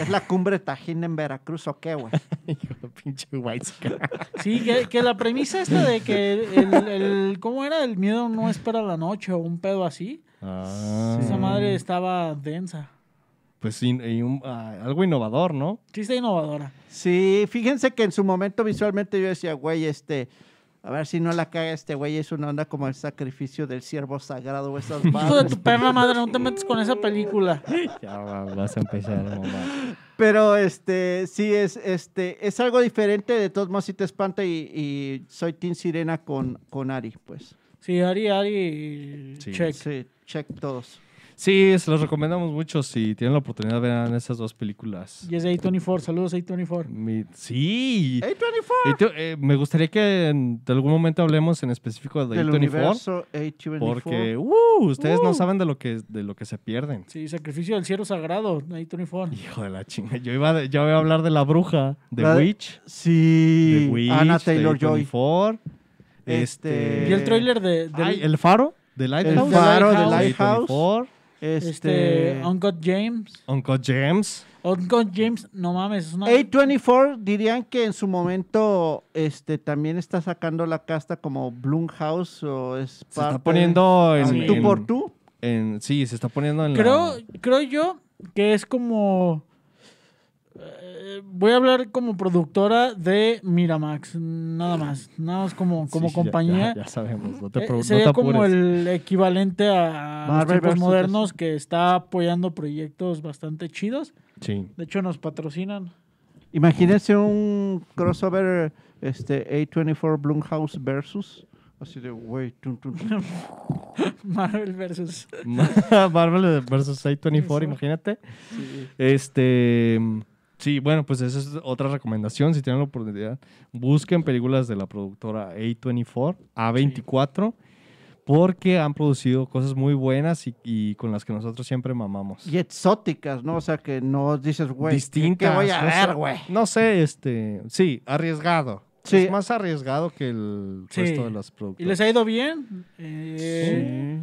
S3: ¿Es la cumbre de Tajín en Veracruz o qué, güey?
S1: Hijo de pinche Whitescare.
S2: Sí, que, que la premisa esta de que el, el- el- ¿cómo era? El miedo no espera la noche o un pedo así.
S1: Ah.
S2: Esa madre estaba densa.
S1: Pues in- y un- ah, algo innovador, ¿no?
S2: Sí, está innovadora.
S3: Sí, fíjense que en su momento visualmente yo decía, güey, este, a ver si no la caga este güey, es una onda como el sacrificio del siervo sagrado o
S1: [laughs]
S3: esas
S2: Hijo de
S3: madres.
S1: pues,
S2: tu perra madre, no te metes con esa película.
S1: Ya va- vas a empezar, mamá.
S3: Pero este, sí, es, este, es algo diferente, de todos modos sí te espanta y, y soy Team Sirena con, con Ari, pues.
S2: Sí, Ari, Ari,
S1: Sí,
S2: check.
S3: Sí, check todos.
S1: Sí, se los recomendamos mucho. Si tienen la oportunidad, vean esas dos películas.
S2: Y es A24, saludos A24.
S1: Mi- sí.
S3: A24.
S1: Y tú, eh, me gustaría que en de algún momento hablemos en específico de
S3: Del
S1: A24.
S3: universo A24.
S1: Porque uh, ustedes no
S3: Uh.
S1: saben de lo que de lo que se pierden.
S2: Sí, Sacrificio del Cielo Sagrado, A24.
S1: Hijo de la chinga. Yo iba de- yo iba a hablar de la bruja, de
S3: La de-
S1: Witch,
S3: Sí,
S1: de Witch,
S3: Ana
S1: de
S3: Taylor-Joy.
S1: A24,
S3: Este-
S1: Este,
S2: Y el tráiler de, del-
S1: Ay, el faro de Lighthouse.
S2: faro de
S3: Lighthouse.
S1: A24.
S3: Este,
S2: este, Uncut James.
S1: Uncle James.
S2: Uncut James, no mames, es una...
S3: A24 dirían que en su momento este, también está sacando la casta como Bloomhouse o es
S1: Se está
S3: parte
S1: poniendo
S3: de-
S1: en,
S3: al tú
S1: en-
S3: por tú.
S1: en- Sí, se está poniendo en
S2: creo,
S1: la...
S2: creo yo que es como... eh, voy a hablar como productora de Miramax, nada más. Nada más como, como
S1: Sí, ya-
S2: compañía.
S1: Ya, ya sabemos, no te,
S2: Eh,
S1: preocu- no te
S2: sería como
S1: apures.
S2: el equivalente a los
S3: Marvel
S2: tiempos
S3: versus-
S2: modernos que está apoyando proyectos bastante chidos.
S1: Sí. [laughs]
S2: De hecho, nos patrocinan. [laughs]
S3: Imagínense un crossover este, A24 Bloomhouse versus. Así de, güey, tum, tum, tum.
S2: Marvel versus.
S1: Marvel versus A24,
S2: Eso.
S1: imagínate.
S3: Sí.
S1: Este. Sí, bueno, pues esa es otra recomendación. Si tienen la oportunidad, busquen películas de la productora A24, A24, porque han producido cosas muy buenas y, y con las que nosotros siempre mamamos.
S3: Y exóticas, ¿no? O sea, que no dices, güey, ¿qué,
S1: Distintas.
S3: qué voy a
S1: no sé-
S3: ver, güey?
S1: No sé, este. Sí, arriesgado.
S3: Sí.
S1: Es más arriesgado que el
S2: Sí.
S1: resto de las
S2: ¿Y
S1: productoras.
S2: les ha ido bien? Eh,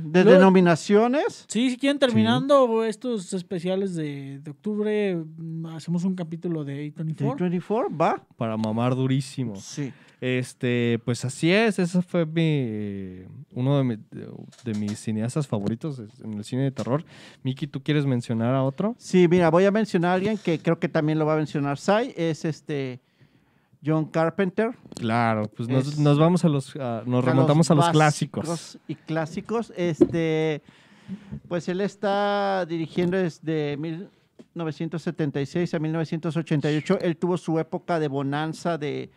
S3: Sí. De
S2: Luego-
S3: denominaciones,
S2: sí. si quieren, terminando estos especiales de, de octubre, mm, hacemos un capítulo de
S3: de
S2: A24.
S3: 24, va.
S1: Para mamar durísimo.
S3: Sí.
S1: Este, pues así es, ese fue mi, eh, uno de, mi- de mis cineastas favoritos es- en el cine de terror. Miki, ¿tú quieres mencionar a otro?
S3: Sí, mira, voy a mencionar a alguien que creo que también lo va a mencionar Sai, es este John Carpenter.
S1: Claro, pues nos,
S3: Es-
S1: nos vamos a los, a- nos
S3: a
S1: remontamos a los
S3: básicos
S1: clásicos.
S3: Y clásicos, este, pues él está dirigiendo desde 1976 a 1988. Él tuvo su época de bonanza de,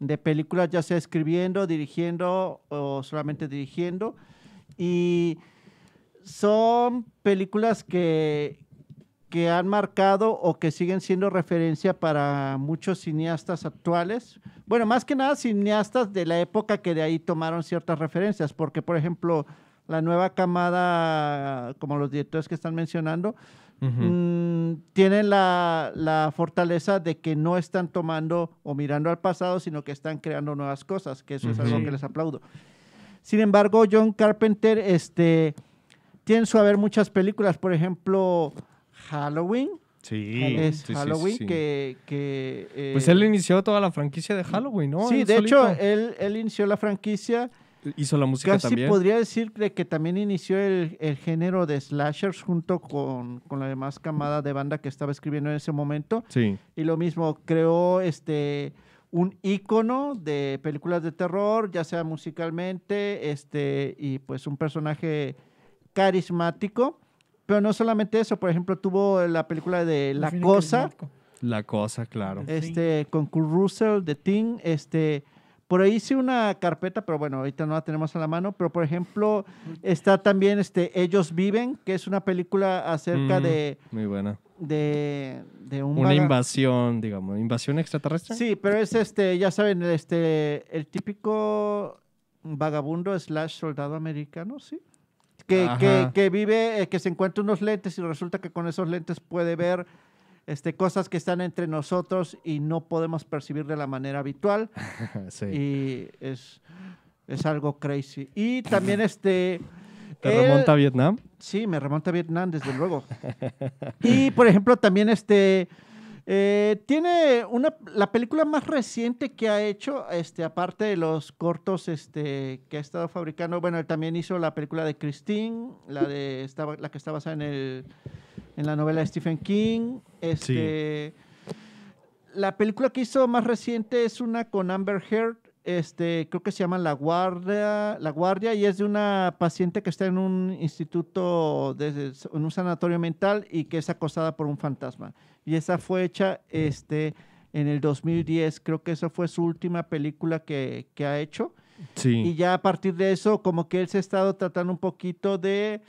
S3: de películas, ya sea escribiendo, dirigiendo o solamente dirigiendo. Y son películas que, que han marcado o que siguen siendo referencia para muchos cineastas actuales. Bueno, más que nada cineastas de la época que de ahí tomaron ciertas referencias, porque por ejemplo, la nueva camada, como los directores que están mencionando,
S1: Ujú.
S3: mm, tienen la, la fortaleza de que no están tomando o mirando al pasado, sino que están creando nuevas cosas, que eso es algo
S1: Ujú.
S3: que les aplaudo. Sin embargo, John Carpenter este, tiene en su haber muchas películas, por ejemplo, Halloween,
S1: Sí,
S3: es
S1: sí, sí, sí,
S3: Halloween
S1: sí.
S3: que... que, eh,
S1: Pues él inició toda la franquicia de Halloween, ¿no?
S3: sí,
S1: Él
S3: de hecho, eh,
S1: solito.
S3: él, él inició la franquicia.
S1: hizo la música
S3: Casi
S1: también.
S3: podría decir de que también inició el, el género de slashers junto con, con la demás camada de banda que estaba escribiendo en ese momento.
S1: Sí,
S3: Y lo mismo, creó este un ícono de películas de terror, ya sea musicalmente, este, y pues un personaje carismático. Pero no solamente eso, por ejemplo, tuvo la película de La
S2: Define
S3: Cosa,
S2: carismático.
S1: la cosa, claro.
S2: The
S3: este, con Kurt Russell, de Thing, este, por ahí hice una carpeta, pero bueno, ahorita no la tenemos a la mano, pero por ejemplo, está también este, Ellos Viven, que es una película acerca
S1: Mm,
S3: de,
S1: Muy buena.
S3: de, de un
S1: Una
S3: vaga-
S1: invasión, digamos, invasión extraterrestre.
S3: Sí, pero es este, ya saben, este, el típico vagabundo slash soldado americano, ¿sí? Que, que,
S1: Ajá.
S3: que vive, eh, que se encuentra unos lentes y resulta que con esos lentes puede ver este, cosas que están entre nosotros y no podemos percibir de la manera habitual.
S1: Sí.
S3: Y es, es algo crazy. Y también este...
S1: ¿Te
S3: él-
S1: remonta a Vietnam?
S3: Sí, me remonta a Vietnam, desde luego. y, por ejemplo, también este... eh, tiene una, la película más reciente que ha hecho, este, aparte de los cortos este, que ha estado fabricando. Bueno, él también hizo la película de Christine, la, de, estaba, la que está basada en, el, en la novela de Stephen King. Este, La película que hizo más reciente es una con Amber Heard, este, creo que se llama La Guardia, La Guardia, y es de una paciente que está en un instituto, de- en un sanatorio mental y que es acosada por un fantasma. Y esa fue hecha este, en el 2010, creo que esa fue su última película que, que ha hecho.
S1: Sí.
S3: Y ya a partir de eso, como que él se ha estado tratando un poquito de,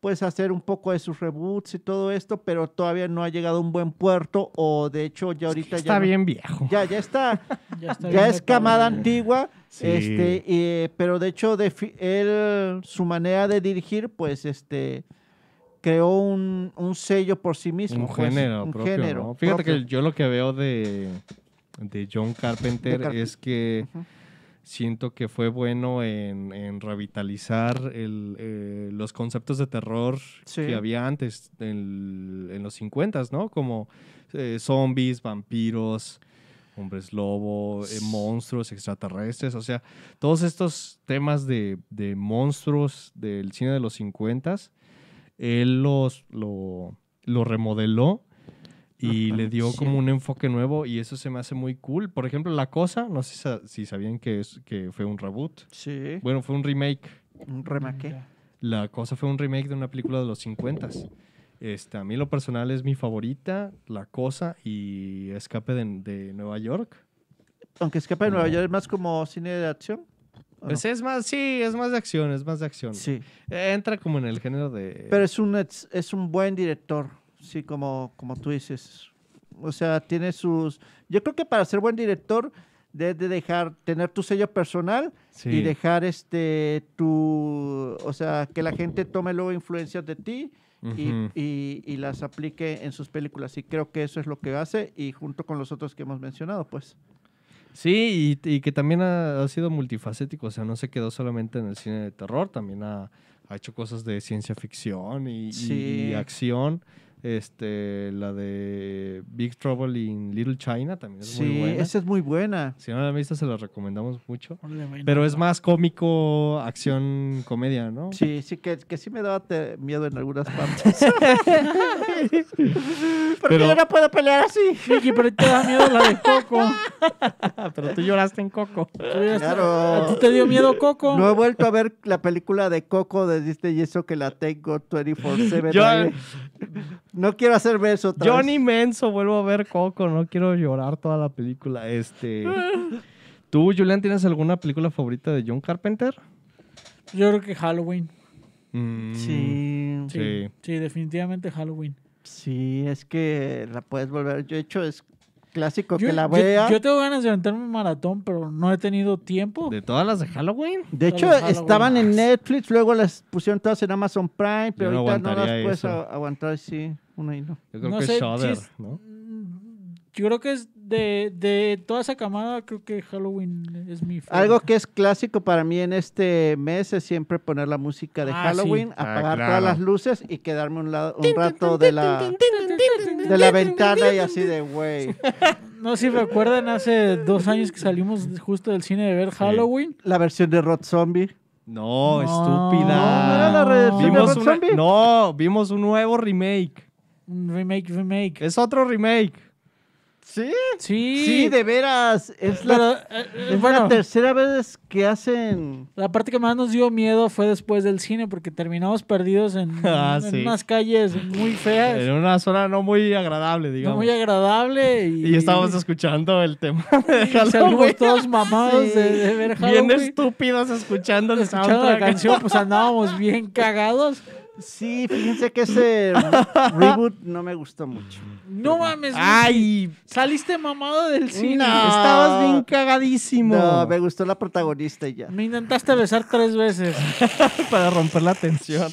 S3: pues, hacer un poco de sus reboots y todo esto, pero todavía no ha llegado a un buen puerto o de hecho ya ahorita
S1: Está
S3: ya... no-
S1: bien viejo.
S3: ya, ya está,
S2: Ya, [laughs] está
S3: ya
S2: bien
S3: es camada
S2: recabado.
S3: antigua,
S1: Sí.
S3: este, y, pero de hecho de fi- él, su manera de dirigir, pues, este, creó un, un sello por sí mismo.
S1: un
S3: pues,
S1: género
S3: un
S1: propio.
S3: género
S1: ¿no? Fíjate
S3: propio.
S1: que yo lo que veo de, de John Carpenter
S3: De Carp-
S1: es que
S3: Ujú.
S1: siento que fue bueno en, en revitalizar el, eh, los conceptos de terror
S3: Sí.
S1: que había antes, en, en los 50, ¿no? Como eh, zombies, vampiros. Hombres lobo, eh, monstruos extraterrestres, o sea, todos estos temas de, de monstruos del cine de los 50 él los, lo, lo remodeló y le dio como un enfoque nuevo y eso se me hace muy cool. Por ejemplo, La Cosa, no sé sa- si sabían que, es, que fue un reboot.
S3: Sí,
S1: Bueno, fue un remake.
S3: un remaque.
S2: Ya.
S1: La Cosa fue un remake de una película de los 50. Este, a mí lo personal es mi favorita, La Cosa y Escape de, de Nueva York.
S3: Aunque Escape de Nueva York es más como cine de acción. ¿o
S1: Pues es más, sí, es más de acción, es más de acción.
S3: no? Sí.
S1: Eh, Entra como en el género de...
S3: Pero es un, ex- es un buen director, sí, como, como tú dices. O sea, tiene sus... Yo creo que para ser buen director debes de dejar, tener tu sello personal
S1: Sí.
S3: y dejar este tu... O sea, que la gente tome luego influencias de ti y,
S1: Ujú.
S3: y- y las aplique en sus películas. Y creo que eso es lo que hace y junto con los otros que hemos mencionado, pues.
S1: Sí, y, y que también ha, ha sido multifacético, o sea, no se quedó solamente en el cine de terror, también ha, ha hecho cosas de ciencia ficción y, y-
S3: Sí.
S1: y acción. Este, la de Big Trouble in Little China también es muy
S3: Sí,
S1: buena.
S3: esa es muy buena.
S1: Si no la han visto, se la recomendamos mucho.
S2: Órale, güey, no.
S1: Pero es más cómico, acción, comedia, ¿no?
S3: Sí, sí, que, que sí me daba te- miedo en algunas
S1: [laughs]
S3: partes. [laughs] Porque
S1: Pero-
S3: yo no puedo pelear así.
S2: Miki, pero te da miedo la de
S3: [laughs]
S2: Coco.
S1: Ah, Pero tú lloraste en Coco.
S2: ¿A ti
S3: Claro.
S2: te dio miedo Coco?
S3: No he vuelto a ver la película de Coco de Disney y eso que la tengo 24-7.
S1: Yo-
S3: dale. No quiero hacerme eso otra
S1: Johnny
S3: vez.
S1: Menso, vuelvo a ver Coco, no quiero llorar toda la película. [laughs] Este. ¿Tú, Julián, tienes alguna película favorita de John Carpenter?
S2: Yo creo que Halloween.
S1: Mm,
S3: Sí,
S1: Sí.
S3: sí,
S2: Sí, sí, definitivamente Halloween.
S3: es que la puedes volver. Yo he hecho es clásico
S2: Yo,
S3: Pues que la
S2: yo-
S3: vea.
S2: yo tengo ganas de aventarme un maratón, pero no he tenido tiempo.
S1: ¿De todas las de Halloween?
S3: de hecho,
S2: Solo Halloween.
S3: estaban en Netflix, luego las pusieron todas en Amazon Prime, pero
S1: Yo no
S3: ahorita no las
S1: aguantaría
S3: puedes
S1: eso.
S3: a- aguantar, sí, una y no.
S1: Yo creo
S2: No
S1: que
S2: sé,
S1: es Shudder,
S2: sí es-
S1: ¿no?
S2: Mm, Yo creo que es de, de toda esa camada, creo que Halloween es mi favorito.
S3: Algo que es clásico para mí en este mes es siempre poner la música de
S2: Ah,
S3: Halloween,
S1: Ah,
S3: apagar
S1: claro.
S3: todas las luces y quedarme un, lado, un rato de la, de la ventana y así de, güey.
S2: No sé si recuerdan, hace dos años que salimos justo del cine de ver Halloween.
S3: La versión de Rod Zombie.
S1: No,
S3: Oh,
S2: No,
S1: estúpida.
S3: No, no era la reversión de
S1: vimos
S3: Rod
S1: una-
S3: Zombie.
S1: No, vimos un nuevo remake.
S2: Un Remake, remake.
S1: Es otro remake.
S3: ¿Sí?
S2: Sí,
S3: Sí, de veras. Es la,
S2: pero, eh, eh,
S3: es
S2: bueno,
S3: la tercera vez que hacen...
S2: La parte que más nos dio miedo fue después del cine porque terminamos perdidos en,
S1: [laughs] Ah,
S2: en
S1: sí.
S2: unas calles muy feas,
S1: En una zona no muy agradable,
S2: no
S1: digamos.
S2: muy agradable y,
S1: y estábamos escuchando el tema de
S2: y salimos
S1: Halloween.
S2: todos mamados
S3: Sí.
S2: de, de ver Halloween.
S1: Bien estúpidos escuchando el
S2: Escuchando la
S1: soundtrack. [laughs]
S2: canción, pues andábamos bien cagados.
S3: Sí, fíjense que ese re- reboot no me gustó mucho.
S2: No mames,
S1: Ay,
S2: Miki, saliste mamado del cine.
S3: No.
S1: estabas bien cagadísimo.
S3: No, me gustó la protagonista y ya.
S2: Me intentaste besar tres veces.
S1: Para romper la
S3: [laughs]
S1: tensión.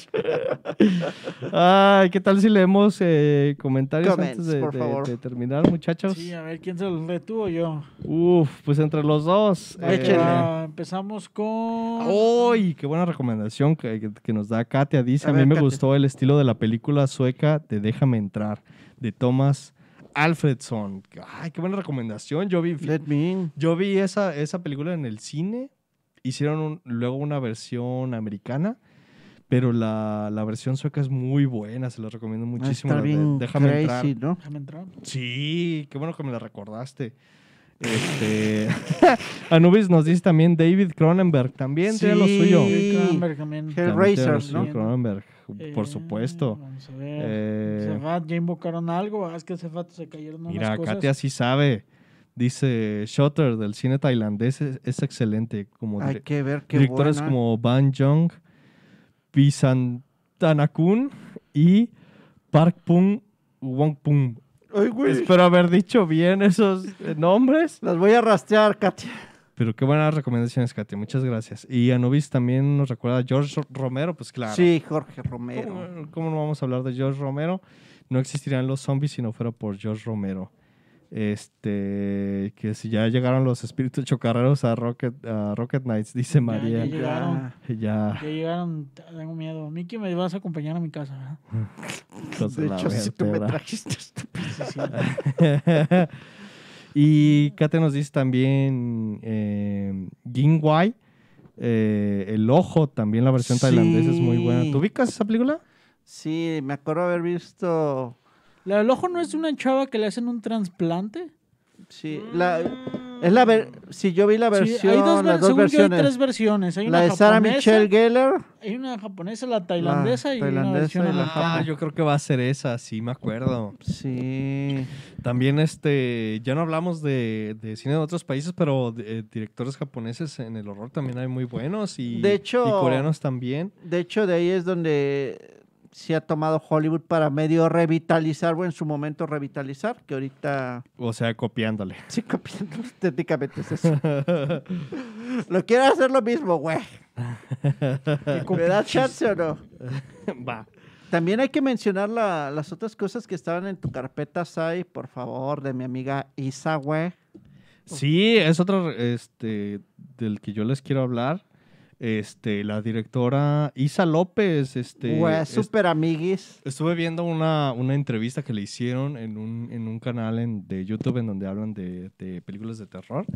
S1: Ay, ¿qué tal si leemos eh, comentarios
S3: Comments,
S1: antes de,
S3: por
S1: de-
S3: favor.
S1: de terminar, muchachos?
S2: Sí, a ver quién se los retuvo yo.
S1: Uf, pues entre los dos.
S2: Ahí te
S3: Échenle.
S2: va, empezamos con.
S1: Oh. ¡Uy! Qué buena recomendación que, que- que nos da Katia. Dice, a,
S3: A
S1: mí
S3: ver,
S1: me
S3: Katia.
S1: gustó el estilo de la película sueca de Déjame Entrar, de Thomas Alfredson. ¡Ay, qué buena recomendación! Yo vi,
S3: Let me in.
S1: yo vi esa, esa película en el cine. Hicieron un- luego una versión americana, pero la, la versión sueca es muy buena. Se la recomiendo muchísimo.
S3: Ah, Está
S1: la de
S3: bien
S1: Déjame Entrar.
S3: crazy, ¿no?
S2: Déjame entrar.
S1: Sí, qué bueno que me la recordaste. Este, [laughs] Anubis nos dice también David Cronenberg, también tiene lo
S3: Sí.
S1: suyo.
S2: Sí, Cronenberg también.
S1: También tiene lo
S3: Hellraiser,
S1: suyo
S3: ¿no?
S1: Cronenberg, por
S2: Eh,
S1: supuesto.
S2: Vamos a ver.
S1: Eh,
S2: Se va, ya invocaron algo. Ah, es que hace rato se cayeron unas
S1: Mira,
S2: cosas.
S1: Katia sí sabe. Dice Shutter del cine tailandés es, es excelente. Como
S3: Hay
S1: dire-
S3: que ver qué
S1: directores
S3: buena.
S1: como Ban Jong, Pisantanakun y Park Pung Wong Pung.
S3: Ay, güey.
S1: Espero haber dicho bien esos eh, nombres.
S3: Las voy a rastrear, Katia.
S1: Pero qué buenas recomendaciones, Katia. Muchas gracias. Y Anubis también nos recuerda a George Romero, pues claro.
S3: Sí, Jorge
S1: ¿Cómo-
S3: Romero.
S1: ¿Cómo no vamos a hablar de George Romero? No existirían los zombies si no fuera por George Romero. Este, que si ya llegaron los espíritus chocarreros a Rocket, a Rocket Knights, dice María.
S2: ya llegaron.
S1: Ya,
S2: Ya llegaron, tengo miedo. Miki, me vas a acompañar a mi casa, ¿verdad?
S1: hijos de
S3: de
S1: la
S3: hecho, si tú me
S1: vértebra.
S3: trajiste este estúpido.
S2: Sí, sí.
S1: [laughs] y Kate nos dice también eh, Ginwai, eh, El Ojo, también la versión
S3: Sí.
S1: tailandesa es muy buena. ¿Tú ubicas esa película?
S3: Sí, me acuerdo haber visto.
S2: La del ojo no es una chava que le hacen un trasplante.
S3: Sí, la, Es la ver- si yo vi la
S2: Mm. Sí,
S3: versión,
S2: hay dos, ver-
S3: las dos
S2: según yo hay
S3: versiones.
S2: tres versiones. Hay una
S3: la de Sarah
S2: japonesa,
S3: Michelle Gellar.
S2: Hay una japonesa, la tailandesa y
S3: tailandesa
S2: una versión
S3: y la
S2: americana.
S1: Ah, yo creo que va a ser esa, sí, me acuerdo.
S3: Sí.
S1: También, este, ya no hablamos de, de cine de otros países, pero de- eh, directores japoneses en el horror también hay muy buenos y,
S3: De hecho-
S1: y coreanos también.
S3: De hecho, de ahí es donde se ha tomado Hollywood para medio revitalizar, o en su momento revitalizar, que ahorita [laughs]
S1: O sea, copiándole. [laughs]
S3: sí copiando estéticamente es eso. lo quiero hacer lo mismo, güey. ¿Me da chance o no?
S1: va.
S3: También hay que mencionar la- las otras cosas que estaban en tu carpeta, Sai, por favor, de mi amiga Isa, güey.
S1: Sí, es otro este, del que yo les quiero hablar. Este, la directora Isa López, este,
S3: Güey,
S1: es-
S3: super amiguis.
S1: estuve viendo una, una entrevista que le hicieron en un, en un canal en- de YouTube en donde hablan de, de películas de terror.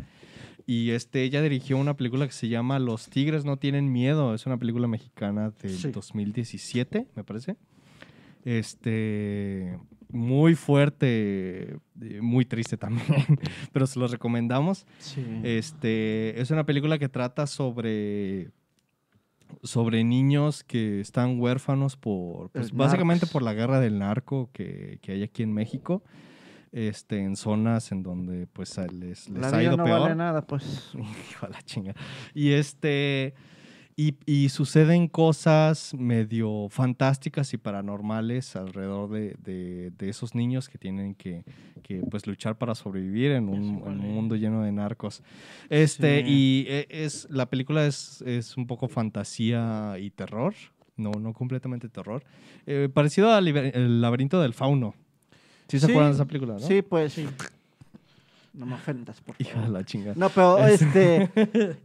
S1: Y este, ella dirigió una película que se llama Los Tigres No Tienen Miedo. Es una película mexicana del
S3: Sí.
S1: 2017, me parece. Este, muy fuerte, eh, muy triste también, [laughs] pero se los recomendamos.
S3: Sí.
S1: Este, es una película que trata sobre sobre niños que están huérfanos por pues,
S3: Los
S1: básicamente
S3: narcos.
S1: por la guerra del narco que, que hay aquí en México. Este, en zonas en donde pues a- les, les
S3: la
S1: ha
S3: vida
S1: ido
S3: no
S1: peor.
S3: vale nada, pues.
S1: [laughs] Hijo de la chinga. Y este. Y, y suceden cosas medio fantásticas y paranormales alrededor de, de- de esos niños que tienen que, que, pues, luchar para sobrevivir en un, en un mundo lleno de narcos. Este, y e- es, la película es, es un poco fantasía y terror, no, no completamente terror. Eh, parecido al liber- El laberinto del fauno. ¿Sí se
S3: Sí,
S1: acuerdan de esa película? no?
S3: Sí, pues. No me ofendas, por
S1: Hija de
S3: favor.
S1: la chinga. [laughs]
S3: No, pero este,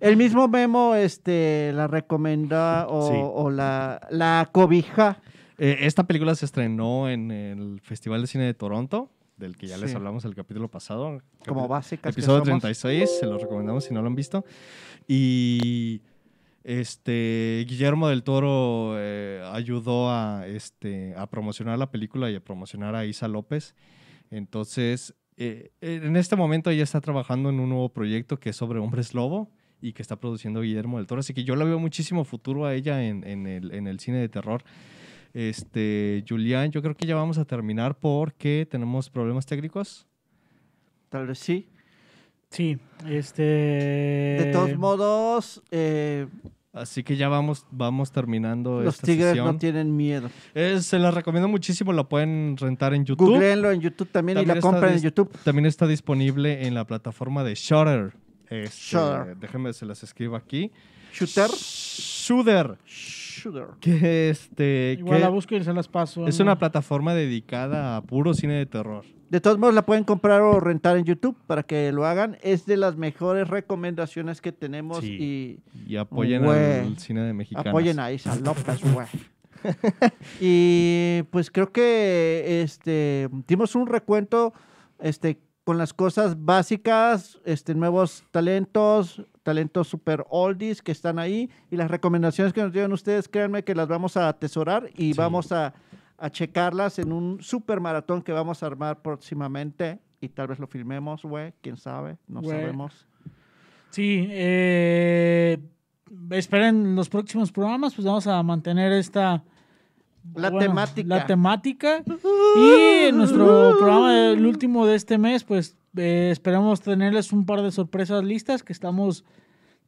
S3: el mismo Memo este, la recomenda o,
S1: Sí.
S3: o la, la cobija.
S1: Eh, esta película se estrenó en el Festival de Cine de Toronto, del que ya les
S3: Sí.
S1: hablamos el capítulo pasado.
S3: Como
S1: Capi-
S3: básica.
S1: Episodio 36, se lo recomendamos si no lo han visto. Y este Guillermo del Toro eh, ayudó a, este, a promocionar la película y a promocionar a Isa López. Entonces, eh, en este momento ella está trabajando en un nuevo proyecto que es sobre hombres lobo y que está produciendo Guillermo del Toro. Así que yo la veo muchísimo futuro a ella en, en el, en el cine de terror. Este, Julián, yo creo que ya vamos a terminar porque tenemos problemas técnicos.
S3: Tal vez sí.
S2: Sí, este.
S1: Eh,
S3: De todos modos, eh,
S1: Así que ya vamos, vamos terminando
S3: los
S1: esta
S3: tigres
S1: sesión.
S3: no tienen miedo.
S1: Eh, se la recomiendo muchísimo, la pueden rentar en YouTube.
S3: Googleenlo en YouTube también,
S1: También
S3: y la
S1: está
S3: compran en
S1: dis-
S3: YouTube.
S1: También está disponible en la plataforma de Shutter. Este,
S3: Shudder.
S1: Déjenme, se las escribo aquí.
S3: Shooter.
S1: Shudder.
S3: Shooter.
S1: Que este.
S2: Igual
S1: que
S2: la busco y se las paso.
S1: es
S2: ¿no?
S1: una plataforma dedicada a puro cine de terror.
S3: De todos modos, la pueden comprar o rentar en YouTube para que lo hagan. Es de las mejores recomendaciones que tenemos
S1: Sí.
S3: y
S1: Y apoyen
S3: Güey.
S1: al cine de mexicanos.
S3: Apoyen a Isa López, güey. y pues creo que este dimos un recuento este con las cosas básicas, este nuevos talentos, talentos super oldies que están ahí y las recomendaciones que nos dieron ustedes, créanme que las vamos a atesorar y
S1: Sí.
S3: vamos a a checarlas en un super maratón que vamos a armar próximamente y tal vez lo filmemos, güey, quién sabe, no
S2: Güey.
S3: sabemos.
S2: Sí, eh, esperen los próximos programas, pues vamos a mantener esta...
S3: La temática.
S2: La
S3: [laughs]
S2: temática. Y en nuestro programa, el último de este mes, pues eh, esperamos tenerles un par de sorpresas listas que estamos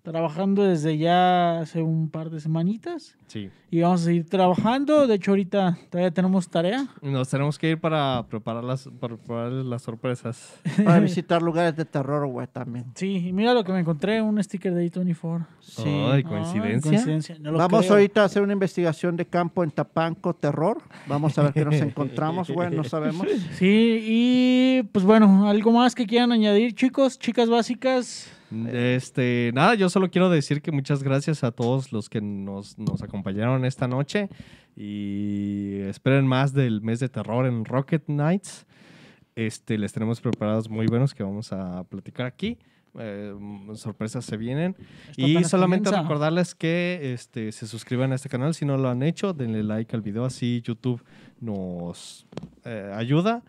S2: trabajando desde ya hace un par de semanitas.
S1: Sí.
S2: Y vamos a seguir trabajando. De hecho, ahorita todavía tenemos tarea.
S1: Nos tenemos que ir para preparar las, para preparar las sorpresas.
S3: Para visitar lugares de terror, güey, también.
S2: Sí, y mira lo que me encontré, un sticker de A24.
S3: Sí.
S1: Ay,
S2: Ah,
S1: coincidencia.
S2: coincidencia, no lo
S3: Vamos
S2: creo.
S3: ahorita a hacer una investigación de campo en Tapanco, terror. Vamos a ver qué nos encontramos, güey, no sabemos.
S2: Sí, y pues bueno, algo más que quieran añadir, chicos, chicas básicas.
S1: Este, nada, yo solo quiero decir que muchas gracias a todos los que nos, nos acompañaron esta noche y esperen más del mes de terror en Rocket Nights. Este, les tenemos preparados muy buenos que vamos a platicar aquí. Eh, sorpresas se vienen.
S2: Esto
S1: Y
S2: apenas
S1: solamente
S2: comienza.
S1: recordarles que este, se suscriban a este canal si no lo han hecho, denle like al video, así YouTube nos eh, ayuda.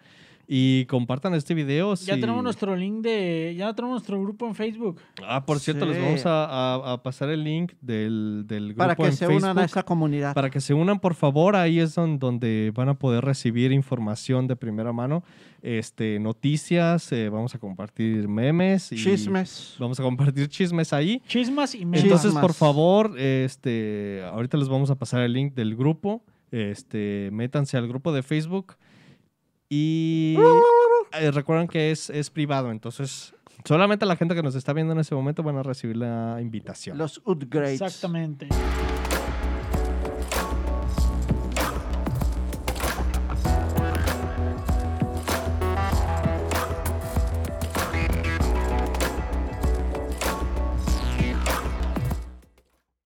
S1: Y compartan este video.
S2: Ya
S1: si-
S2: tenemos nuestro link de. Ya tenemos nuestro grupo en Facebook.
S1: Ah, por cierto, les
S3: Sí.
S1: vamos a, a- a pasar el link del, del grupo
S3: para que
S1: en
S3: se
S1: Facebook.
S3: unan a esa comunidad.
S1: Para que se unan, por favor, ahí es don- donde van a poder recibir información de primera mano, este, noticias, eh, vamos a compartir memes y
S3: Chismes.
S1: vamos a compartir chismes ahí.
S2: Chismas y memes.
S1: Entonces,
S3: Chismas.
S1: por favor, este, ahorita les vamos a pasar el link del grupo, este, métanse al grupo de Facebook y eh, recuerden que es, es privado, entonces solamente la gente que nos está viendo en ese momento van a recibir la invitación.
S3: Los upgrades.
S2: Exactamente.